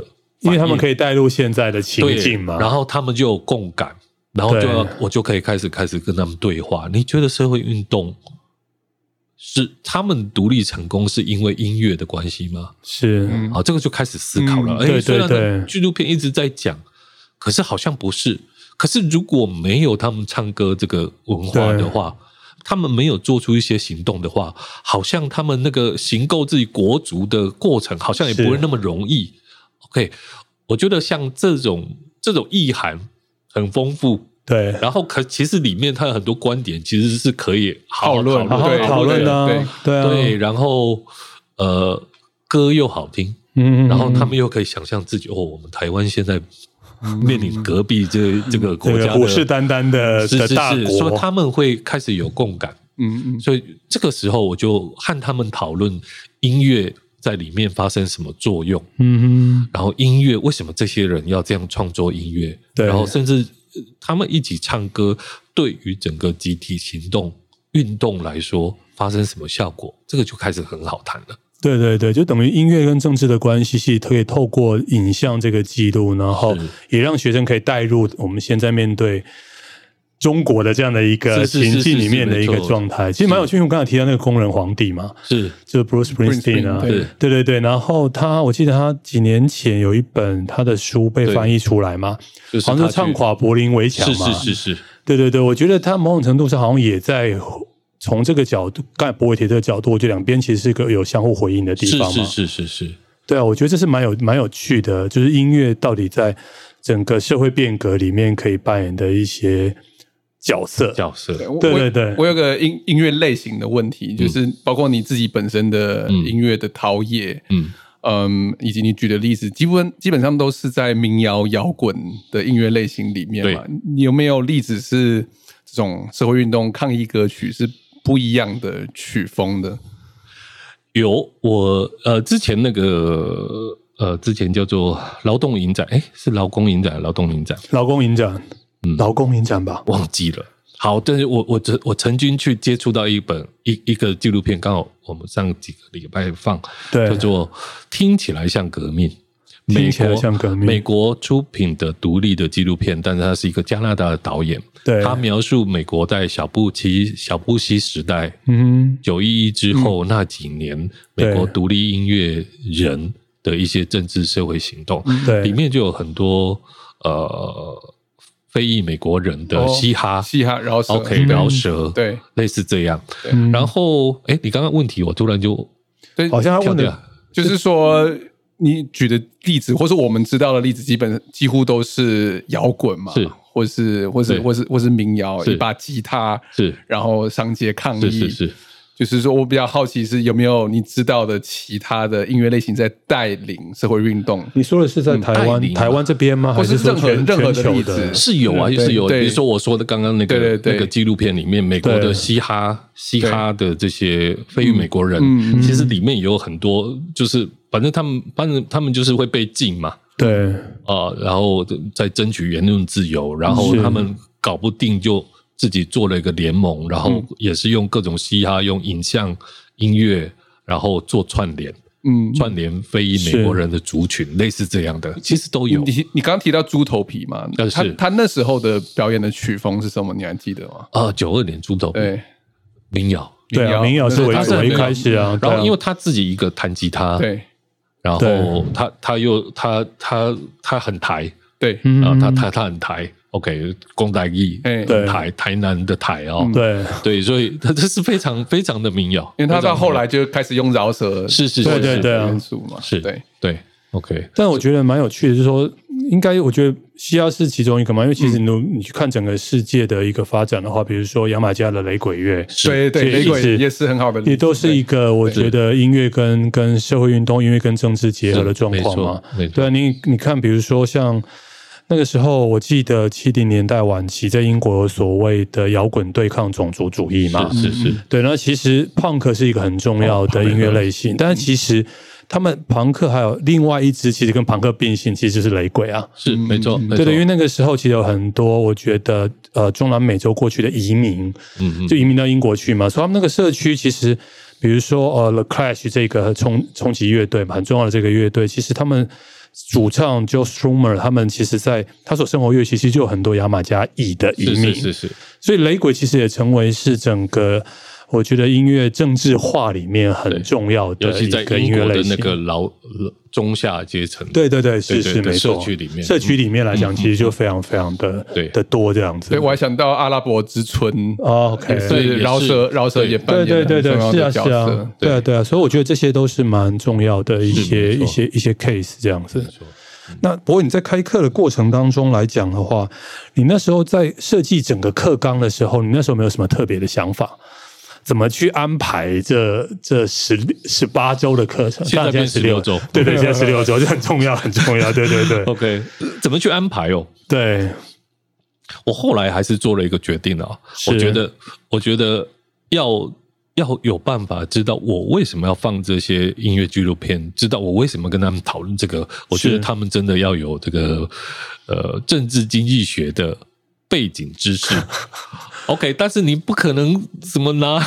因反应，为他们可以以带入现在的情境嘛，然后他们就有共感，然后就要对我就可以开始开始跟他们对话。你觉得社会运动是他们独立成功是因为音乐的关系吗？是嗯好，这个就开始思考嗯了。哎、对虽然对呢对纪录片一直在讲，可是好像不是。可是如果没有他们唱歌这个文化对的话，他们没有做出一些行动的话，好像他们那个行构自己国族的过程，好像也是不会那么容易。OK，我觉得像这种这种意涵很丰富。对，然后可其实里面它有很多观点，其实是可以好好讨论好讨好对讨论啊对，对啊，对，然后呃，歌又好听，嗯，嗯然后他们又可以想象自己哦，我们台湾现在面临隔壁这这个这国个家虎视的眈眈的是的是大是，所以国，他们会开始有共感，嗯嗯，所以这个时候我就和他们讨论音乐在里面发生什么作用，嗯然后音乐为什么这些人要这样创作音乐，对然后甚至呃他们一起唱歌，对于整个集体行动运动来说发生什么效果，这个就开始很好谈了。对对对，就等于音乐跟政治的关系是可以透过影像这个记录，然后是也让学生可以带入我们现在面对中国的这样的一个是是是情境是里是面的没一个错状态，其实蛮有趣。因为我刚才提到那个工人皇帝嘛，是就是 Bruce Springsteen 啊， Springsteen，对对对对。然后他，我记得他几年前有一本他的书被对翻译出来嘛，就是好像他是唱去垮柏林围墙是嘛，是是是，对对对，我觉得他某种程度上好像也在从这个角度，刚才博伟提这个角度，我觉得两边其实是个有相互回应的地是方嘛。是是是是，对啊，我觉得这是蛮有蛮有趣的，就是音乐到底在整个社会变革里面可以扮演的一些角色。角色我对对我对嗯我有个音音乐类型的问题，就是包括你自己本身的音乐的陶冶，嗯嗯，以及你举的例子，基本基本上都是在民谣摇滚的音乐类型里面嘛。你有没有例子是这种社会运动抗议歌曲是不一样的曲风的？有我呃之前那个呃之前叫做劳动影展，哎是劳工影展，劳动影展劳工影展，劳工影展吧，忘记了。好，但是我我曾我曾经去接触到一本一一个纪录片，刚好我们上几个礼拜放，对叫做《听起来像革命》，听起来美国像革命美国出品的独立的纪录片，但是他是一个加拿大的导演，对他描述美国在小布奇小布希时代嗯九一一之嗯后那几年，美国对独立音乐人的一些政治社会行动，嗯对里面就有很多呃非裔美国人的哦嘻哈、嘻哈饶舌 OK 饶舌，对类似这样对。然后，哎，你刚刚问题我突然就对，好像他跳问掉的，就是说你举的例子，或是我们知道的例子，基本几乎都是摇滚嘛，是或是或是对或是或是民谣，是一把吉他，是然后上街抗议，是是是，就是说我比较好奇是有没有你知道的其他的音乐类型在带领社会运动，嗯你说的是在台湾、带领啊台湾这边吗？还或是说任何全任何的全球例子是有啊，嗯就是有。对比如说我说的刚刚那对对个对那个纪录片里面，美国对的嘻哈嘻哈的这些非裔美国人嗯，其实里面也有很多，就是反正他们反正他们就是会被禁嘛，对啊，然后在争取言论自由，然后是他们搞不定就自己做了一个联盟，然嗯后也是用各种嘻哈、用影像、音乐，然后做串联，嗯。串联非裔美国人的族群，类似这样的，其实都你有。你你刚刚提到猪头皮嘛？呃他是他那时候的表演的曲风是什么？你还记得吗？啊，九二年猪头皮嗯对，民谣，对啊，民谣是为他是为民一谣开始啊，然对啊后因为他自己一个弹吉啊他，对然对后他他又他他他很台，对嗯啊，他他他很台，OK，龚台义哎嗯对台台南的台哦，对对，所以 它这是非常非常的民谣，因为他到后来就开始用饶舌，是是对是对是对啊元素嘛，是对，对，OK，但我觉得蛮有趣的，就是说，应该我觉得西亚是其中一个嘛，因为其实你、你去看整个世界的一个发展的话，比如说牙买加的雷鬼乐，对对，这雷也鬼是也是很好的例子，也都是一个我觉得音乐跟跟社会运动、音乐跟政治结合的状况嘛是没错没。错对啊，你你看，比如说像那个时候，我记得七零年代晚期，在英国有所谓的摇滚对抗种族主义嘛，是嗯是是，对，那其实朋克是一个很重要哦的音乐类嗯型，但是其实他们朋克还有另外一支，其实跟朋克并行，其实就是雷鬼啊。嗯是没错，没对错的，因为那个时候其实有很多，我觉得呃，中南美洲过去的移民，嗯就移民到英国去嘛，所以他们那个社区其实，比如说呃，The Clash 这个冲冲击乐队嘛，很重要的这个乐队，其实他们主唱 Joe Strummer 他们其实在他所生活乐器其实就有很多牙买加裔的移是民，是是是，所以雷鬼其实也成为是整个我觉得音乐政治化里面很重要的尤其一在个音英乐国类的那型。个劳呃中下阶层，对对对，是对是对没对错。社区里面社区里面来讲，其实就非常非常的对的多这样子。对，我还想到阿拉伯之春，哦 OK，也对也是是饶舌，饶舌也扮对演对了对很对重，要是啊是的角啊色，，对啊对啊，所以我觉得这些都是蛮重要的一些是没一错些一些 case 这样子没。错，那不过你在开课的过程当中来讲的话，你那时候在设计整个课纲的时候，你那时候有没有什么特别的想法？怎么去安排这这十十八周的课程？现在变十六16周哦对对，现在十六周，这很重要，很重要，对对 对 OK，怎么去安排哦？对，我后来还是做了一个决定啊，是我觉得，我觉得要要有办法知道我为什么要放这些音乐纪录片，知道我为什么跟他们讨论这个。我觉是得他们真的要有这个呃政治经济学的背景 知识。OK，但是你不可能怎么 拿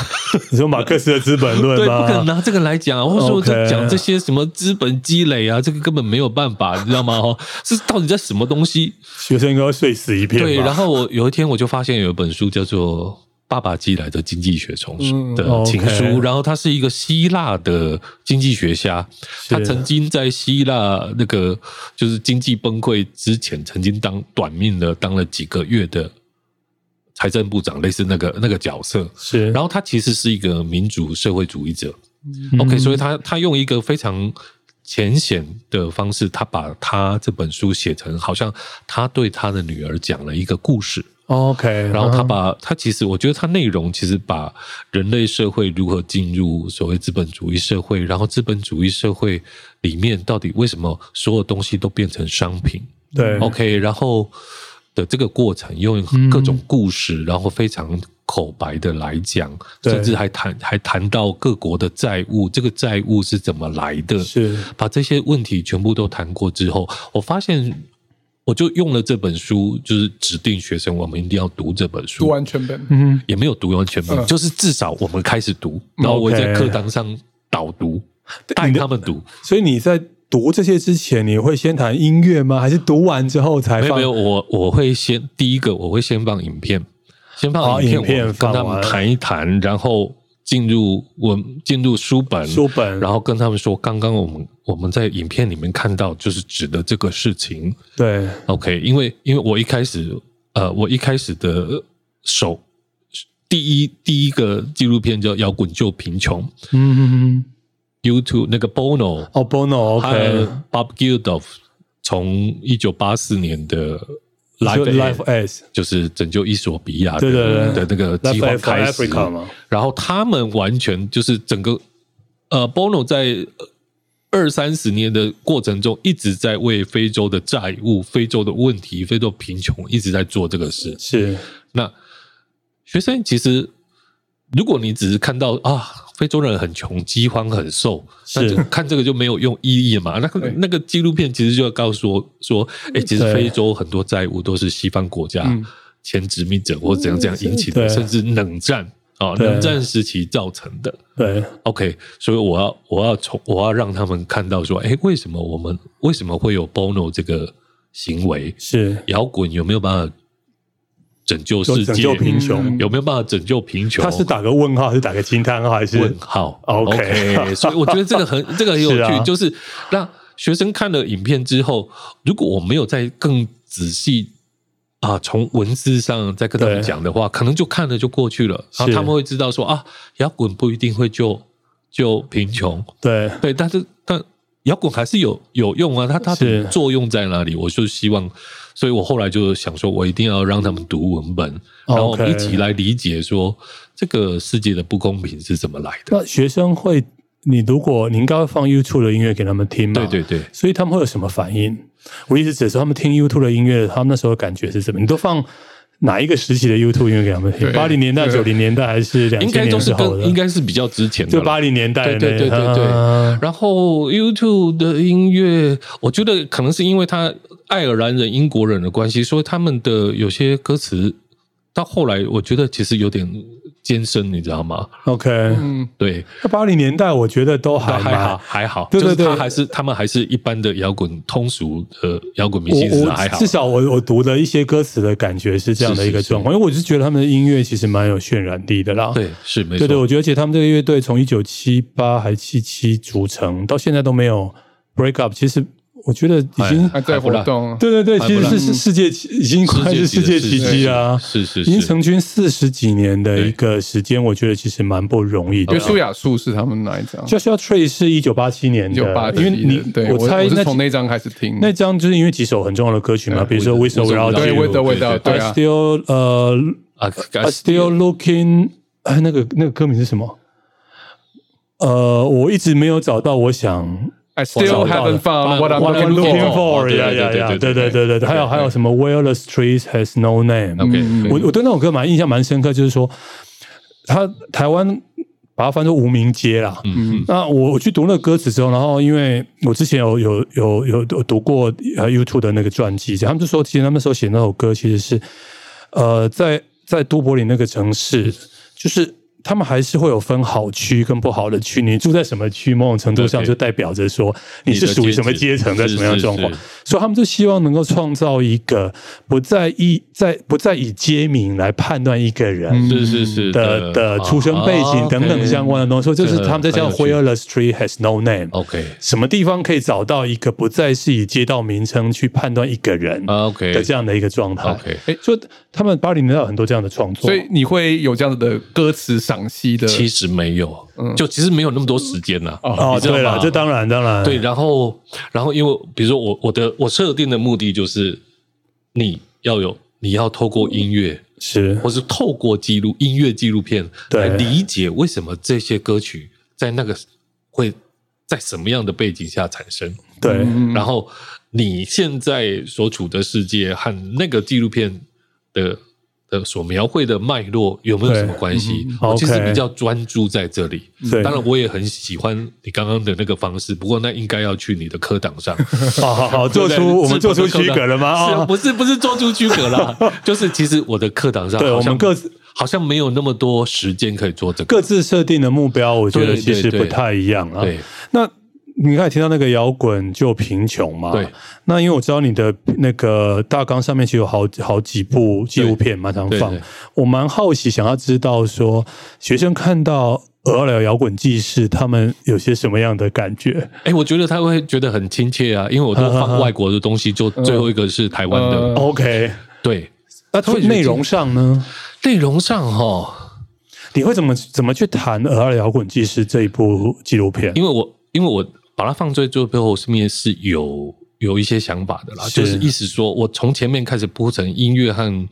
你说马克思的《资本论对，》不可能吗？拿这个来讲啊，或者说 OK 在讲这些什么资本积累啊，这个根本没有办法，你知道吗？哦，这到底在什么东西？学生应该会睡死一片吧。对，然后我有一天我就发现有一本书叫做《爸爸寄来的经济学丛书》的嗯 OK 情书，然后他是一个希腊的经济学家，他曾经在希腊那个就是经济崩溃之前，曾经当短命的当了几个月的财政部长，类似那个那个角色。是，然后他其实是一个民主社会主义者。OK，所以他他用一个非常浅显的方式，他把他这本书写成好像他对他的女儿讲了一个故事， OK，然后他把他其实我觉得他内容其实把人类社会如何进入所谓资本主义社会，然后资本主义社会里面到底为什么所有东西都变成商品，对 OK，然后的这个过程，用各种故事，然后非常口白的来讲，对甚至还谈还谈到各国的债务，这个债务是怎么来的，是把这些问题全部都谈过之后，我发现。我就用了这本书，就是指定学生我们一定要读这本书读，完全本，嗯也没有读完全本，嗯就是至少我们开始读，嗯然后我在 OK 课堂上导读，带他们读。所以你在读这些之前，你会先谈音乐吗？还是读完之后才没有放？没有，我我会先第一个我会先放影片，先哦放影片，影片我跟他放完们谈一谈，然后进入文进入书本，书本，然后跟他们说，刚刚我们我们在影片里面看到就是指的这个事情对，OK，因为因为我一开始呃，我一开始的首第一第一个纪录片叫《摇滚救贫穷》嗯，YouTube 那个 Bono 哦，Bono，OK，、还有 Bob Geldof 从一九八四年的 Live 就 Aid Life S，就是拯救伊索比亚的对对对的那个 Life 计划 Aid 开始 for Africa 嘛，然后他们完全就是整个呃，Bono 在二三十年的过程中，一直在为非洲的债务、非洲的问题、非洲贫穷一直在做这个事。是那学生其实，如果你只是看到啊，非洲人很穷，饥荒很瘦，那是就看这个就没有用意义嘛。那个对那个纪录片其实就要告诉我说，哎、其实对非洲很多债务都是西方国家嗯前殖民者或怎样怎样引起对的，甚至冷战啊，对冷战时期造成的。对 OK，所以我要我要从我要让他们看到说，哎，为什么我们为什么会有 Bono 这个行为？是，摇滚有没有办法拯救就世拯界？救贫穷，嗯有没有办法拯救贫穷？他是打个问号，还是打个惊叹号，还是问号 OK 所以我觉得这个很这个很有是趣，啊就是让学生看了影片之后，如果我没有再更仔细啊，从文字上再跟他们对讲的话，可能就看了就过去了，然后是他们会知道说啊，摇滚不一定会救救贫穷，对对，但是但摇滚还是有有用啊，它它是的作用在哪里？我就希望，所以我后来就想说，我一定要让他们读文本，然后我 OK 们一起来理解说这个世界的不公平是怎么来的。那学生会，你如果你应该会放 YouTube 的音乐给他们听嘛？对对对，所以他们会有什么反应？我意思指说，他们听 YouTube 的音乐，他们那时候的感觉是什么？你都放哪一个时期的 YouTube 音乐给他们听？对八零年代、九对零年代还是两应千该年都是之后跟的？应该是比较之前的就啦八零年代的对对对对对啊然后 YouTube 的音乐，我觉得可能是因为他爱尔兰人、英国人的关系，所以他们的有些歌词到后来，我觉得其实有点艰深，你知道吗？ OK，嗯，对，那八零年代我觉得都还还蛮好，还好，对就是对对他还是他们还是一般的摇滚通俗的呃摇滚明星我是我还好哦至，少我我读的一些歌词的感觉是这样的一个是是是状况，因为我是觉得他们的音乐其实蛮有渲染力的啦。对，是没对对，错，我觉得而且他们这个乐队从一九七八还七七组成，到现在都没有 break up，其实我觉得已哎经还在活动，对对对，还其不实赖是是世界奇已经快是世界奇迹啦，是是已啊是经是，成军四十几年的一个时间，我觉得其实蛮不容易因的为。修雅树是他们那一张， Joshua Tree 是一九八七年一九八的，几因的，为你对我猜我那是从那张开始听，那张就是因为几首很重要的歌曲嘛，比如说《我 With or Without 对 You With》or Without，对 I 啊 Still 呃啊 I Still Looking，哎，那个那个歌名是什么？呃，我一直没有找到我想 I still 我找到了 haven't found what I'm What I'm looking looking for。 for，哦对呀对呀对呀，对对对对对对对，还有还有什么 Where the Street Has No Name，嗯 OK，我我对那首歌蛮印象蛮深刻，就是说，他台湾把它翻作无名街啦。嗯那我我去读那个歌词之后，然后因为我之前有有有有有读过呃 YouTube 的那个传记，这样他们就说，其实他们那时候写那首歌其实是呃，在在都柏林那个城市，就是他们还是会有分好区跟不好的区。你住在什么区，某种程度上对就代表着说你是你的属于阶什么级阶层，在是什么样的是状况是。所以他们就希望能够创造一个不再以在不再以街名来判断一个人嗯是是是啊的的出生背景等等相关的东西，所以就是他们在讲 Where the street has no name。 OK 什么地方可以找到一个不再是以街道名称去判断一个人啊 OK 的这样的一个状态？ OK 哎，所以他们八零年代有很多这样的创作，所以你会有这样子的歌词赏析的，其实没有，就其实没有那么多时间呐。嗯哦，你知道对吗了，这当然当然对，然后然后因为比如说我我的我设定的目的就是你要有你要透过音乐。是或是透过记录音乐纪录片对来理解为什么这些歌曲在那个会在什么样的背景下产生，对嗯然后你现在所处的世界和那个纪录片的的所描绘的脉络有没有对什么关系？嗯我其实 OK 比较专注在这里。对当然我也很喜欢你刚刚的那个方式，不过那应该要去你的科档上。好 好好，做对不对出我们是做出不是区隔了吗？是啊，啊，不是不是做出区隔啦，就是其实我的课堂上，对我们各自好像没有那么多时间可以做这个。各自设定的目标，我觉得对对其实对不太一样啊。对那你刚才提到那个摇滚就贫穷嘛？对。那因为我知道你的那个大纲上面其实有好好几部纪录片嘛，常对放。对我蛮好奇，想要知道说学生看到俄聊摇滚纪事，他们有些什么样的感觉？哎、我觉得他会觉得很亲切啊，因为我都嗯放外国的东西，就最后一个是台湾的。嗯 OK，对，那呃他会觉得内容上呢？内容上哈，你会怎么怎么去谈《俄聊摇滚纪事》这一部纪录片？因为我因为我把它放最最后是面是有有一些想法的啦，是就是意思说我从前面开始铺陈音乐和。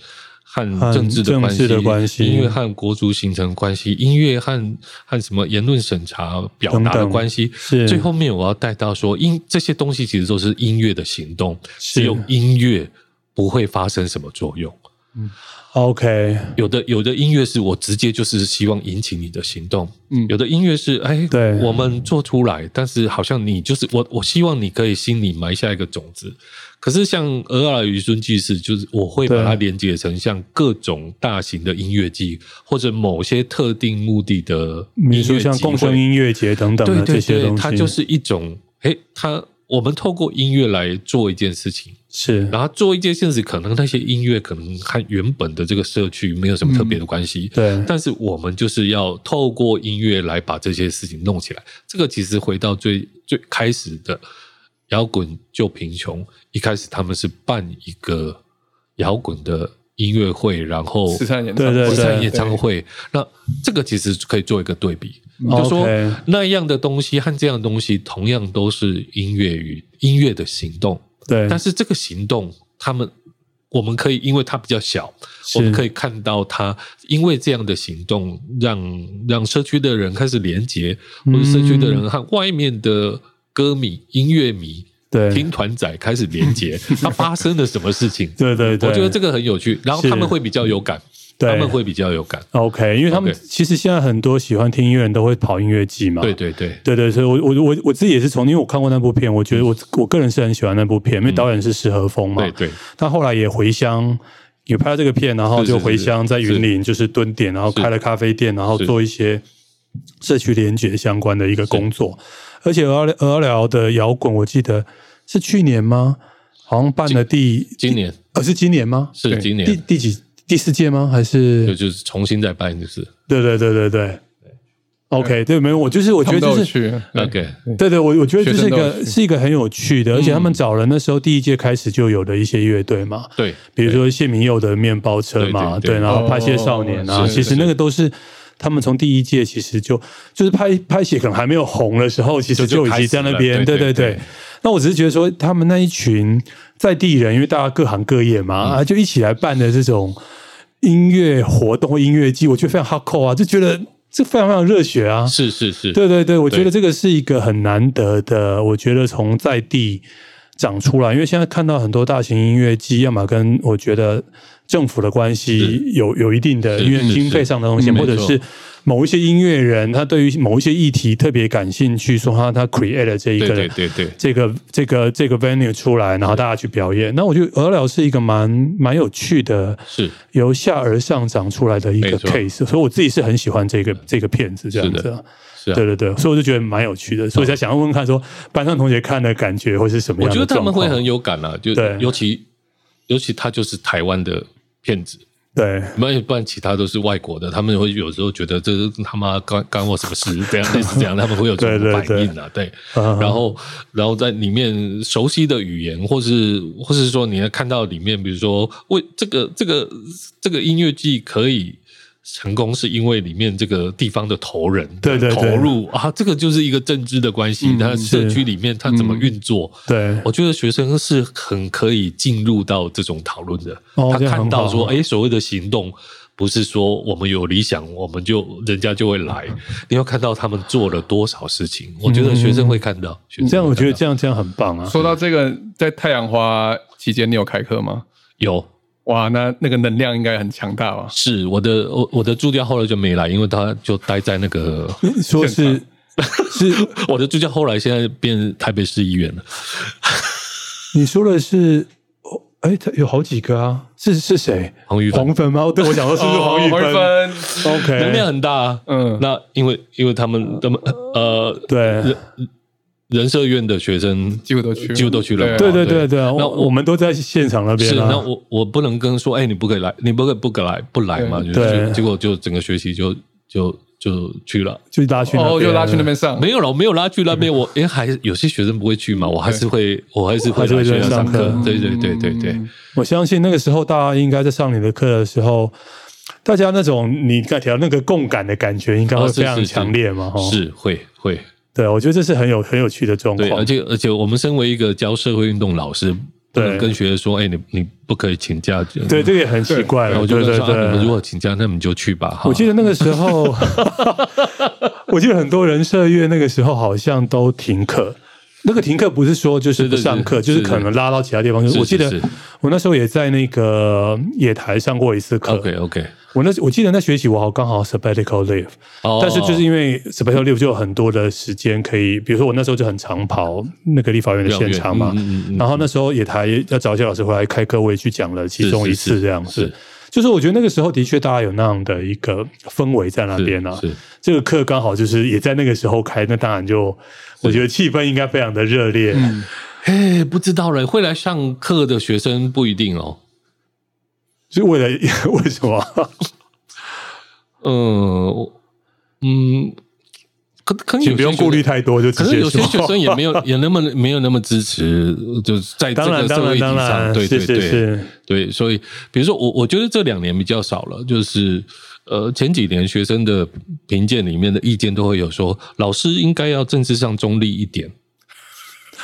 和和政治的关政治系，的关系音乐和国族形成关系，音乐和和什么言论审查、表达等的等关系，是最后面我要带到说，音这些东西其实都是音乐的行动，只有音乐不会发生什么作用。 OK，有的有的音乐是我直接就是希望引起你的行动，嗯有的音乐是哎，对我们做出来，但是好像你就是我，我希望你可以心里埋下一个种子。可是像《俄尔与孙记事》，就是我会把它对连接成像各种大型的音乐季，或者某些特定目的的比音如说乐像集共会生音乐节等等对的对这些对，东西，它就是一种，诶，它我们透过音乐来做一件事情，是然后做一件现实，可能那些音乐可能和原本的这个社区没有什么特别的关系，对但是我们就是要透过音乐来把这些事情弄起来。这个其实回到最最开始的摇滚就贫穷，一开始他们是办一个摇滚的音乐会，然后慈善演对唱对会慈对善演唱会，那这个其实可以做一个对比，哦 OK 就说那样的东西和这样的东西同样都是音乐与音乐的行动，对，但是这个行动，他们我们可以因为它比较小，是我们可以看到它因为这样的行动，让让社区的人开始连接，或者社区的嗯人和外面的歌迷、音乐迷、对听团仔开始连 接，它发生了什么事情？对对对，我觉得这个很有趣，然后是他们会比较有感，对他们会比较有感， OK，因为他们 OK 其实现在很多喜欢听音乐人都会跑音乐季嘛。对对对，啊对对，所以我我我我自己也是从，因为我看过那部片，我觉得我我个人是很喜欢那部片，因为导演是石和风嘛。嗯对对他后来也回乡，也拍了这个片，然后是是就回乡是在云林就是蹲点，然后是开了咖啡店，然后是做一些社区联结相关的一个工作。而且俄俄聊的摇滚，我记得是去年吗？好像办了第今年呃是今年吗？是对今第年，第几第四届吗？还是就就是重新再办，就是对对对对对，OK，对，没有，我就是我他觉得们都就有是，去。 OK，对对，我我觉得这是一学生都个有嗯是一个很有趣的，而且他们找了那时候第一届开始就有的一些乐队嘛，对，比如说谢明佑的面包车嘛，对对对对，然后拍谢少年啊，哦是其实那个都是。他们从第一届其实就就是拍拍写可能还没有红的时候，其实就就就已经在那边，开始对了对对对对对。那我只是觉得说，他们那一群在地人，因为大家各行各业嘛，嗯啊，就一起来办的这种音乐活动、音乐季，我觉得非常 hardcore 啊，就觉得这非常非常热血啊，是是是，对对对，我觉得对这个是一个很难得的，我觉得从在地长出来，因为现在看到很多大型音乐季，要么跟我觉得政府的关系有有一定的是因为是经费是上的东西，嗯或者没错是某一些音乐人他对于某一些议题特别感兴趣，说他他 create 了这一对个对对对，这个这个这个 venue 出来，然后大家去表演。那我觉得俄呃聊是一个蛮蛮有趣的，是由下而上长出来的一个没错 case，所以我自己是很喜欢这个这个片子这样嗯是子、的啊。是啊嗯对对对，所以我就觉得蛮有趣的，所以我才想要问问看，说班上同学看的感觉会是什么我样的觉得他们会状很况有感啊，就对尤其尤其他就是台湾的骗子，对，不然不然其他都是外国的，他们会有时候觉得这是他妈干干我什么事，这样类似这样，他们会有 对这种对反对应啊，对。嗯然后，然后在里面熟悉的语言，或是或是说你能看到里面，比如说为这个这个这个音乐季可以成功，是因为里面这个地方的头人对对嗯投对入啊，这个就是一个政治的关系，它社区里面它怎么运作，对我觉得学生是很可以进入到这种讨论的。哦他这样很看到好说，哎，所谓的行动，不是说我们有理想，我们就人家就会来。你要看到他们做了多少事情，我觉得学生会看到。学生嗯这样我会看觉得到这样这样很棒啊。说到这个，在太阳花期间，你有开课吗？有哇，那那个能量应该很强大吧？是我的，我我的助教后来就没来，因为他就待在那个。 说是 是，我的助教后来现在变台北市议员了，你说的是，哦哎，他有好几个啊，是是谁？黄玉芬黄粉吗？哦对，我想说是不是黄哦玉黄玉芬芬， ？OK，能量很大啊。嗯那因为因为他们他们呃对人人社院的学生几乎都去了几乎都去了，对对对对对啊，那我我我们都在现场那边是，那啊。我我不能跟说，哎、你不可以来，你不可以不可以来不来嘛？就对是嗯对结果就整个学期就就就去了，就拉去那边哦，就拉去那边上，没有了，我没有拉去那边，我因为还有些学生不会去嘛，我还是会，我还是会还是会来学去校上上课嗯课，对对对对对，我相信那个时候大家应该在上你的课的时候，大家那种你刚才提到那个共感的感觉，应该会哦是非常是是强烈嘛，哈、是会会对，我觉得这是很有很有趣的状对，而况。且而且我们身为一个教社会运动老师，不对能跟学生说，哎、你你不可以请假，对对，这个也很奇怪然了，后我就对跟他对说，啊你们如对。果请假，那你们就去吧，哈我记得那个时候， 我记得很多人社月那个时候好像都停课。那个停课不是说就是不上课，对对对就是可能拉到其他地方。是我记得是是我那时候也在那个野台上过一次课。 OK OK，我那我记得那学期我好刚好 sabbatical leave，、哦但是就是因为 sabbatical leave 就有很多的时间可以，比如说我那时候就很常跑那个立法院的现场嘛，立法院嗯嗯嗯嗯然后那时候也台要找一些老师回来开课，我也去讲了其中一是次是这样子。是就是我觉得那个时候的确大家有那样的一个氛围在那边啊是是，这个课刚好就是也在那个时候开，那当然就我觉得气氛应该非常的热烈。嗯哎，不知道嘞，会来上课的学生不一定哦。是为了 为什 么？嗯，我嗯，可可能有请些不用顾虑学生。太多，就直可能接有些说学生也没有 也那么没有那么支持，就是在这 当然个社当会然议题当上，然，对对是对是是，对，所以比如说我我觉得这两年比较少了，就是呃前几年学生的评鉴里面的意见都会有说，老师应该要政治上中立一点。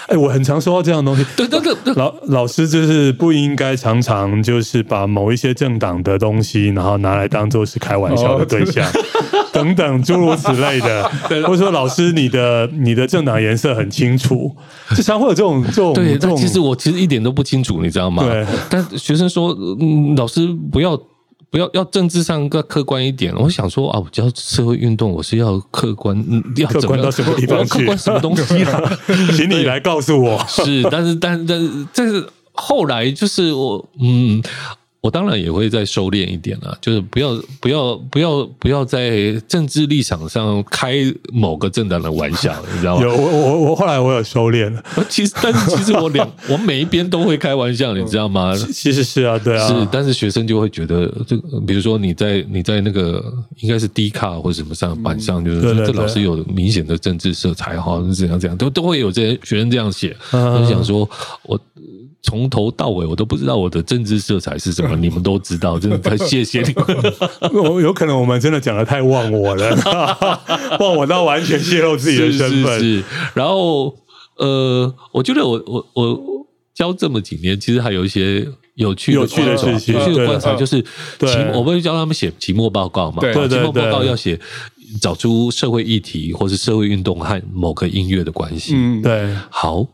哎、我很常收到这样的东西。 对对对对老老师就是不应该常常就是把某一些政党的东西，然后拿来当做是开玩哦笑的对象， 等等诸如此类的，或者说老师你的你的政党颜色很清楚，就常会有这种这种对这，但种。其实我其实一点都不清楚，你知道吗？对。但学生说，嗯，老师不要不要要政治上更客观一点。我想说啊，我教社会运动，我是要客观，嗯要客怎么观样到什么地我方要去？客观什么东西 啦？请你来告诉 我。是，但是但但是但是后来就是我，嗯。我当然也会再收敛一点啦、就是不要不要不要不要在政治立场上开某个政党的玩笑，你知道吗？呃有我我我后来我有收敛了，其实，但是其实我两我每一边都会开玩笑，你知道吗？其实是啊，对啊，是，但是学生就会觉得，这个比如说你在你在那个应该是低卡或者什么上板上，就是对说对这对老师有明显的政治色彩哈，是怎样怎样，都都会有这些学生这样写。嗯我就想说，我从头到尾我都不知道我的政治色彩 是什么，你们都知道，真的太谢谢你们。我有可能我们真的讲的太忘我了， 忘我到完全泄露自己的身份。 是是是，然后呃，我觉得我我我教这么几年，其实还有一些有趣的有趣的观事察情有趣对的观察对就是对期，我们会教他们写期末报告嘛，对啊对期末对报告对要写。找出社会议题或是社会运动和某个音乐的关系。嗯，对，好，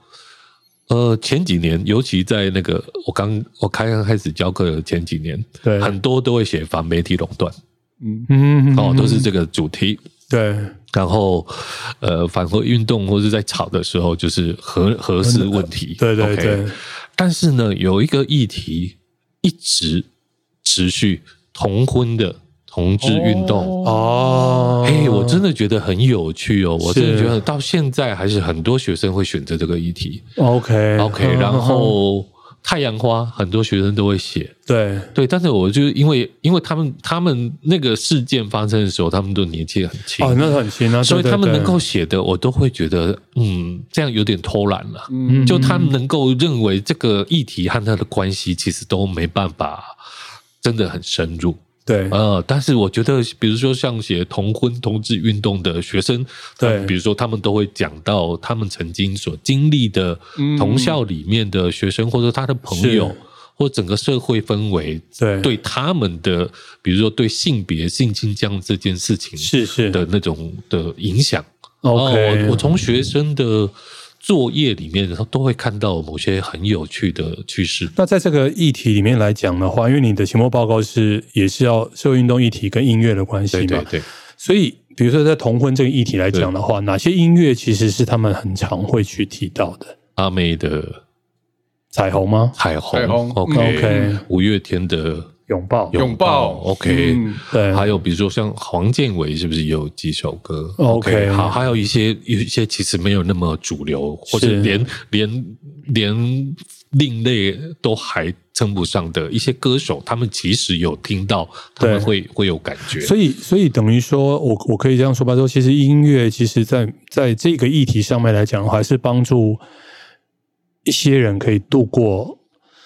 呃，前几年，尤其在那个我刚我刚刚开始教课的前几年，对很多都会写反媒体垄断，嗯，嗯哦，都是这个主题。对然后，呃，反核运动或是在吵的时候，就是核核试问题。嗯对对 OK 对但是呢，有一个议题一直持续，同婚的同志运动。哦，哎、我真的觉得很有趣哦！我真的是觉得到现在还是很多学生会选择这个议题。 OK 嗯 OK，然后太阳花很多学生都会写，对对，但是我就是因为因为他们他们那个事件发生的时候，他们都年纪很轻，哦，那很轻啊，所以对对他们对能够写的，我都会觉得嗯，这样有点偷懒了。嗯就他们能够认为这个议题和它的关系，其实都没办法真的很深入。对呃，但是我觉得，比如说像写同婚同志运动的学生，他们对比如说他们都会讲到他们曾经所经历的嗯同校里面的学生，或者他的朋是友，或整个社会氛围，对对他们的，比如说对性别、性倾向这件事情是是的那种的影响。 OK，哦、我我从学生的作业里面，然后都会看到某些很有趣的趋势。那在这个议题里面来讲的话，因为你的期末报告是也是要社会运动议题跟音乐的关系嘛，对对对，所以比如说在同婚这个议题来讲的话，哪些音乐其实是他们很常会去提到的？阿妹的彩虹吗？彩虹彩虹 o 嗯 k ，OK 五月天的拥抱，拥抱，OK，、嗯对还有比如说像黄建伟是不是也有几首歌哦 OK 好，还有一些有一些其实没有那么主流，或者是连连连另类都还称不上的一些歌手，他们其实有听到，他们对会会有感觉。所以，所以等于说我我可以这样说吧，说其实音乐其实在在这个议题上面来讲的话，还是帮助一些人可以度过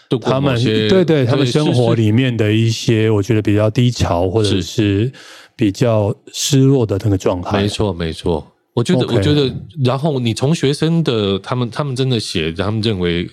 度过他们某些对对他们是生活是里面的一些我觉得比较低潮或者是是比较失落的那个状态。没错，没错。我觉得 OK 我觉得，然后你从学生的他们，他们真的写他们认为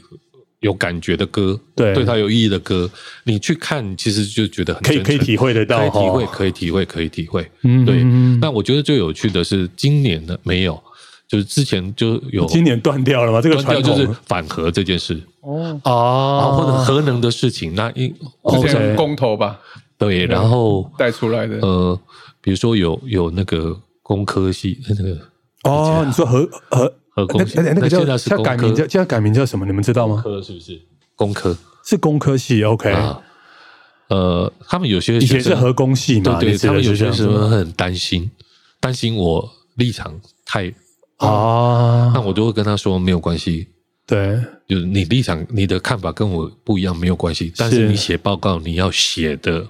有感觉的歌，对对他有意义的歌，你去看，其实就觉得很可以真诚可以体会得到可以体会，哦可以体会，可以体会。嗯对嗯嗯。那我觉得最有趣的是今年的没有，就是之前就有今年断掉了吗？这个断传掉，统就是反核这件事哦，啊，啊或者核能的事情，那因之哦 OK 前公投吧对，然后带出来的，呃，比如说有有那个工科系那个。哦，你说和和和工那那个那现叫在是叫改工科名叫叫改名叫什么？你们知道吗？科是不是？工科是工科系，OK，啊，呃，他们有些以前学是生核工系嘛，对你对，指他的们有是这些样时子吗候很担心，担心我立场太，啊那，我都会跟他说没有关系，对，就是你立场你的看法跟我不一样没有关系，但是是你写报告你要写的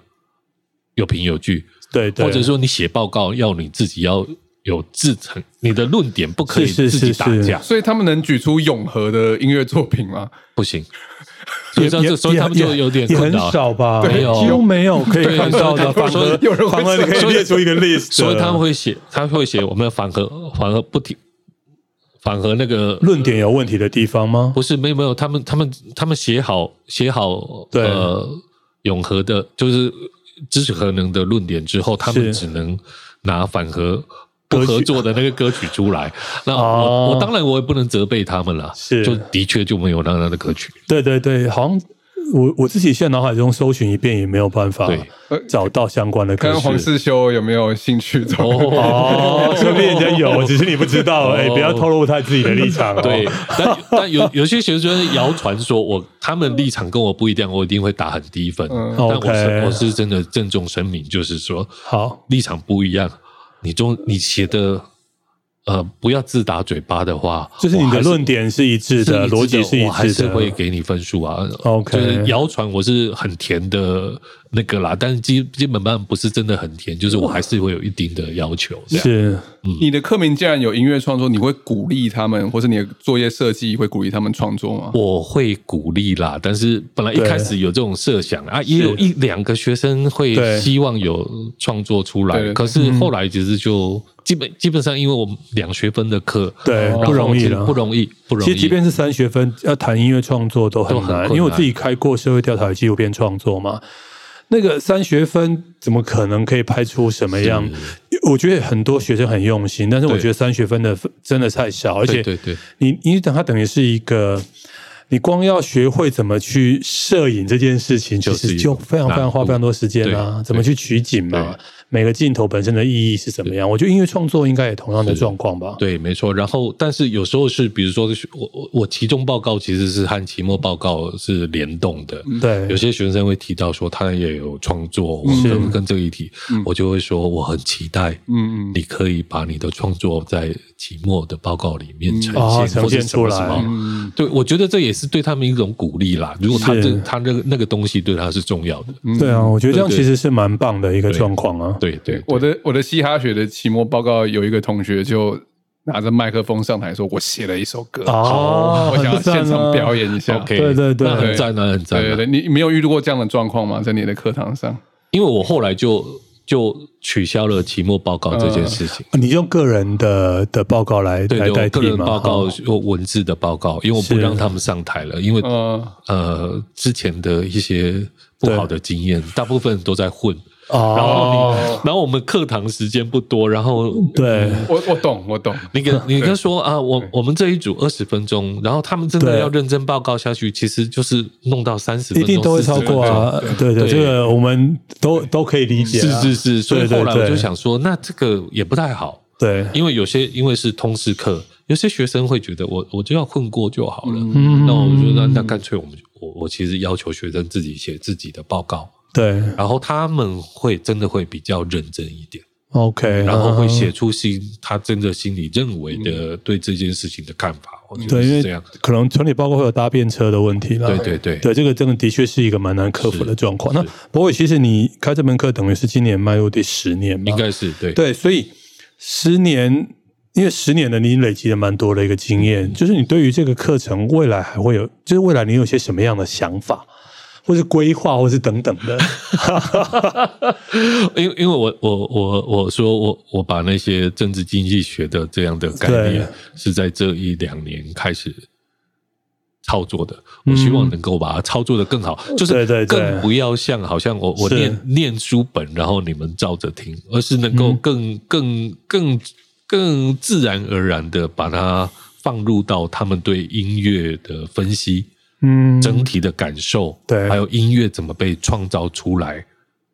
有凭有据，对对，或者说你写报告要你自己要有自成，你的论点不可以是是自己是打是架，所以他们能举出永和的音乐作品吗？不行，所也以这样也子，所以他们也就有点也困很扰。少吧，对没有几乎没有可以对看到的，所反以他而有人反会而你可以所以列出一个 list，所以他们会写，他会写我们反核反核不提，反核那个论点有问题的地方吗？不是没有没有，他们他们他们写好写好对呃永和的，就是支持核能的论点之后，他们是只能拿反核不合作的那个歌曲出来。那我、哦我当然我也不能责备他们了，是就的确就没有那样的歌曲，对对对，好像我我自己现在脑海中搜寻一遍也没有办法对找到相关的看歌看黄曲。世修有没有兴趣这种哦，说不定人家 有，只是你不知道，哎，不要透露他自己的立场哦。哦对，但但有有些学生谣传说我他们立场跟我不一样，我一定会打很低分。嗯但我是 OK 我是真的郑重声明，就是说好，立场不一样，你中你写的呃不要自打嘴巴的话，就是你我的还是论点是一致是的，一致逻辑是一我还致是的，会给你分数啊。 OK 就是谣传我是很甜的那个啦，但是基基本上不是真的很甜，就是我还是会有一定的要求。这样是 你的课名既然有音乐创作，你会鼓励他们，或是你的作业设计会鼓励他们创作吗？我会鼓励啦，但是本来一对开始有这种设想啊，也有一两个学生会对希望有创作出对对来，对可是后来其实就基本基本上，因为我们两学分的课，对然后不容易其实了不容易，不容其易。实即便是三学分，要谈音乐创作都很都很难，困因难为我自己开过社会调查与纪录片创作嘛，那个三学分怎么可能可以拍出什么样？我觉得很多学生很用心，但是我对觉得三学分的分真的太少，而且对对对你你等它等于是一个你光要学会怎么去摄影这件事情，其就是实一个就非常非常花难度非常多时间啊对，怎么去取景嘛对，每个镜头本身的意义是怎么样？我觉得音乐创作应该也同样的状况吧。对，没错。然后，但是有时候是，比如说是，我我我期中报告其实是和期末报告是联动的。对有些学生会提到说他也有创作，我是跟跟这个议题，嗯我就会说我很期待，嗯嗯你可以把你的创作在期末的报告里面呈嗯哦现，呈或者现什出么来什么嗯对，我觉得这也是对他们一种鼓励啦。如果他是这他那个那个东西对他是重要的，嗯对啊，我觉得这样嗯对其对实是蛮棒的一个对状况啊。对对，我的我的嘻哈学的期末报告有一个同学就拿着麦克风上台说：“我写了一首歌，哦我想要很赞啊现场表演一下。” OK，对对对那很赞啊，很赞对啊对，。你没有遇到过这样的状况吗？在你的课堂上？因为我后来就就取消了期末报告这件事情。你用个人的的报告来对来对，嗯代我个替人嘛？报告哦有文字的报告，因为我是不哦让他们上台了，因为呃，呃之前的一些不好的经验，大部分都在混。然后哦，你，然后我们课堂时间不多，然后嗯对，我我懂，我懂。你 跟你跟说啊，我我们这一组二十分钟，然后他们真的对要认真报告下去，其实就是弄到三十分一钟，定都会40超分钟过啊。对对，对这个我们都都可以理解是啊。是是，所以对对后来我对就想说，那这个也不太好，对，因为有些因为是通识课，有些学生会觉得我我就要混过就好了。嗯那我就说那那干脆我们就我我其实要求学生自己写自己的报告，对然后他们会真的会比较认真一点， ，OK，然后会嗯写出心他真的心里认为的对这件事情的看法，我觉得对，因是这为样。可能整体报告会有搭便车的问题啦。对对对对，这个真的的确是一个蛮难克服的状况。那是不过其实你开这门课等于是今年迈入第十年嘛，应该是对对，所以十年，因为十年的你累积了蛮多的一个经验，就是你对于这个课程未来还会有，就是未来你有些什么样的想法，或是规划，或是等等的。因为因为我我我我说我我把那些政治经济学的这样的概念是在这一两年开始操作的，我希望能够把它操作的更好，就嗯对对对是更不要像好像我我是念念书本，然后你们照着听，而是能嗯够更、更更更自然而然的把它放入到他们对音乐的分析， 嗯，整体的感受，对还有音乐怎么被创造出来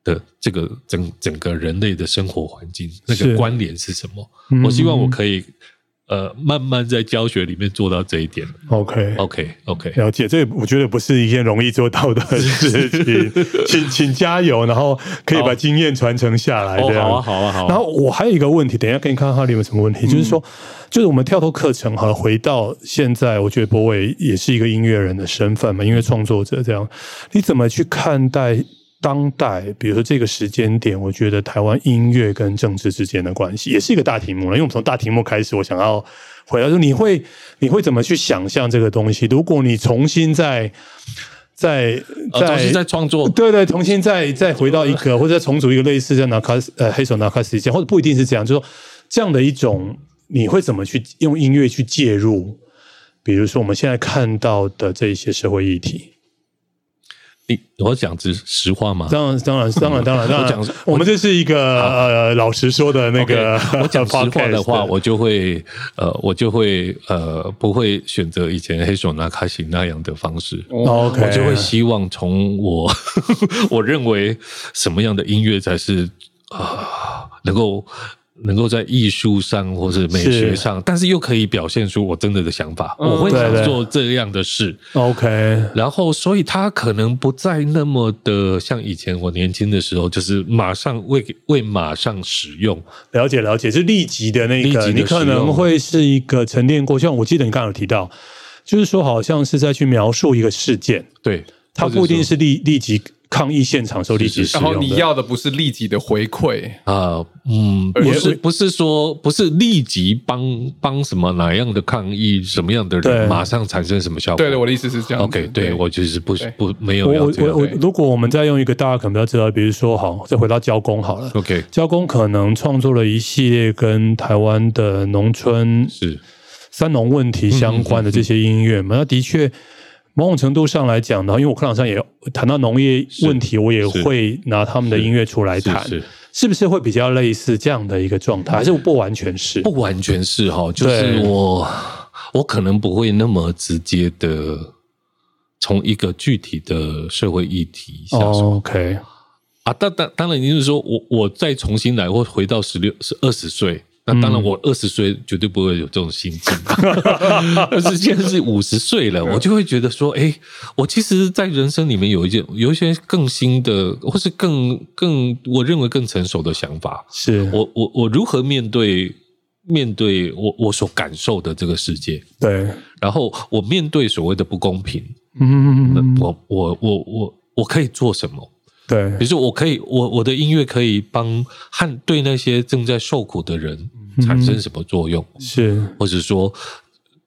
的这个整整个人类的生活环境，那是个关联是什么？嗯我希望我可以呃慢慢在教学里面做到这一点。 OK。 OK OK，了解，这我觉得不是一件容易做到的事 情，请请加油，然后可以把经验传承下来。哦这样好啊好啊好啊然后我还有一个问题，等一下给你看看哈利有没有什么问题，就是说，就是我们跳脱课程哈，回到现在，我觉得博伟也是一个音乐人的身份嘛，音乐创作者这样，你怎么去看待当代，比如说这个时间点，我觉得台湾音乐跟政治之间的关系，也是一个大题目了。因为我们从大题目开始，我想要回答说，你会你会怎么去想象这个东西？如果你重新再再呃，重新在创作，对对，重新再再回到一个，或者再重组一个类似像拿卡斯呃黑手拿卡斯这样，或者不一定是这样，就是说这样的一种，你会怎么去用音乐去介入？比如说我们现在看到的这一些社会议题，你我讲实实话吗？当然当然当然当然当我然，讲我们这是一个呃老实说的那个 OK，我讲实话的话， podcast 我就会呃，我就会呃，不会选择以前黑手拿卡西那样的方式。 OK 我就会希望从我 我认为什么样的音乐才是啊、能够能够在艺术上或是美学上，但是又可以表现出我真的的想法。我会对对想做这样的事， OK 然后所以他可能不再那么的像以前我年轻的时候，就是马上为为马上使用。了解了解，是立即的那立即个，的你可使能用会是一个沉淀过，像我记得你刚刚有提到，就是说好像是在去描述一个事件。对，它或者不一定说是立立即抗议现场时候立即是使是然用后的。你要的不是立即的回馈，啊，嗯，而不且是不是说不是立即帮帮什么哪样的抗议什么样的对人马上产生什么效果？对的，我的意思是这样子。 OK，对我就是不对不没有我要我这我样我对，如果我们再用一个大家可能比较知道，比如说好，再回到交工好了。 OK 交工可能创作了一系列跟台湾的农村是三农问题嗯相关的这些音乐嘛，那的确某种程度上来讲呢，因为我课堂上也谈到农业问题，我也是会拿他们的音乐出来是谈，是是不是会比较类似这样的一个状态，还是不完全是？不完全是哈，就是对我我可能不会那么直接的从一个具体的社会议题下手。哦，OK，啊，当当当然，一定是说我我再重新来，或回到十六是二十岁。那当然，我二十岁绝对不会有这种心境，但是现在是五十岁了，我就会觉得说，哎、我其实，在人生里面有一件有一些更新的，或是更更我认为更成熟的想法。是我我我如何面对面对我我所感受的这个世界，对，然后我面对所谓的不公平，嗯那我我我我我可以做什么？对比，如说，我可以，我我的音乐可以帮和对那些正在受苦的人嗯产生什么作用，是或者说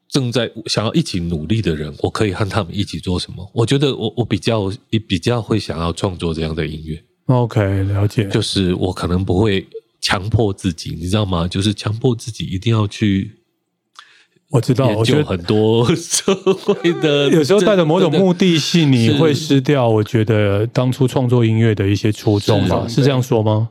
正在想要一起努力的人，我可以和他们一起做什么？我觉得我我比较也比较会想要创作这样的音乐， OK，了解，就是我可能不会强迫自己，你知道吗？就是强迫自己一定要去我知道，研哦我究觉得很多社会的， 有时候带着某种这目的性，你是会失掉我觉得当初创作音乐的一些初衷吧？是是这样说吗？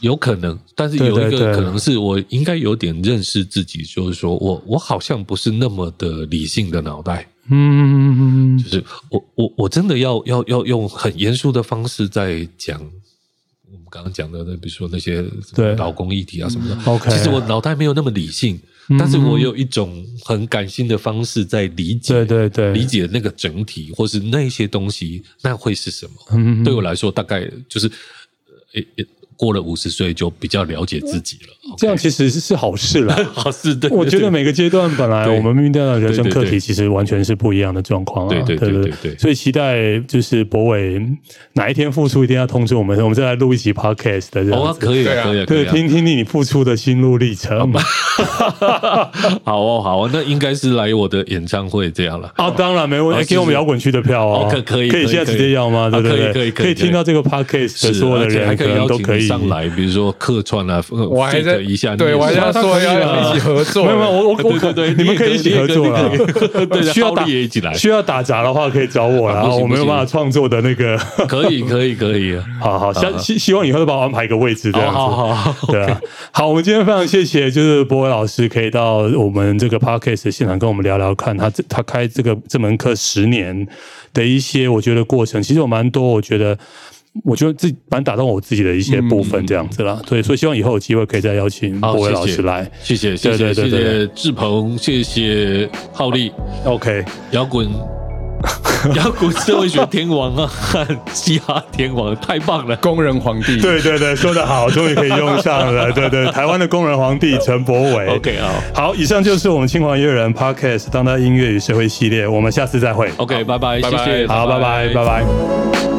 有可能，但是对有一对个对可能是我应该有点认识自己，就是说我我好像不是那么的理性的脑袋，嗯，就是我我我真的要要要用很严肃的方式在讲我们刚刚讲的那，比如说那些什么对嗯劳工议题啊什么的。 OK 嗯其实我脑袋没有那么理性，但是我有一种很感性的方式在理解，对对对，理解那个整体或是那些东西，那会是什么？嗯对我来说，大概就是，呃诶、诶过了五十岁就比较了解自己了。这样其实是是好事 啦。好是的，嗯我觉得没每个阶段本来对我们面对到的人生课对对题，对其实完全是不一样的状况啊，对对对对不对对所以期待就是博伟哪一天付出，一定要通知我们，我们再来录一期 podcast 的这好啊，样子。可以对啊啊，可以啊，可对，以啊。听听你付出的心路历程。好哦，好哦，那应该是来我的演唱会这样了。啊，当然没问啊题，是给我们摇滚区的票哦哦，可可以可可以以现在直可以接要吗？啊对可以对可以对，可以以听到这个 podcast 的所有的而且还人可可以能邀都请可你以上。来，比如说客串啊，呃我还在 feat 一下，对，我还在在说可以啊要一起合 作没了，有没有，我我我可对对你对们可以一起合作啦你也可 以你也可以对的需要浩打力也一起来需要打杂的话可以找我啊啦，不行我没有不行办法创作的那个。可以，可以，可以啊。好好，希希希望以后都帮我安排一个位置这样子。好好好好对啊。好，我们今天非常谢谢，就是博伟老师可以到我们这个 podcast 现场跟我们聊聊看他这他开这个这门课十年的一些我觉得过程，其实有蛮多，我觉得。我觉得自己蛮打动我自己的一些部分，这样子啦，对，所以希望以后有机会可以再邀请嗯好博伟谢老谢师来。谢谢，谢谢，对谢对对谢志鹏，谢谢浩力。 OK，摇 滚，摇滚社会学天王啊， 和嘻哈天王，太棒了！工人皇帝，对对对，说得好，终于可以用上了。对对，台湾的工人皇帝陈博伟。 OK 好好，以上就是我们清华音乐人 Podcast 当代音乐与社会系列，我们下次再会。 ，OK，拜拜，谢拜拜谢，好，拜拜，拜拜。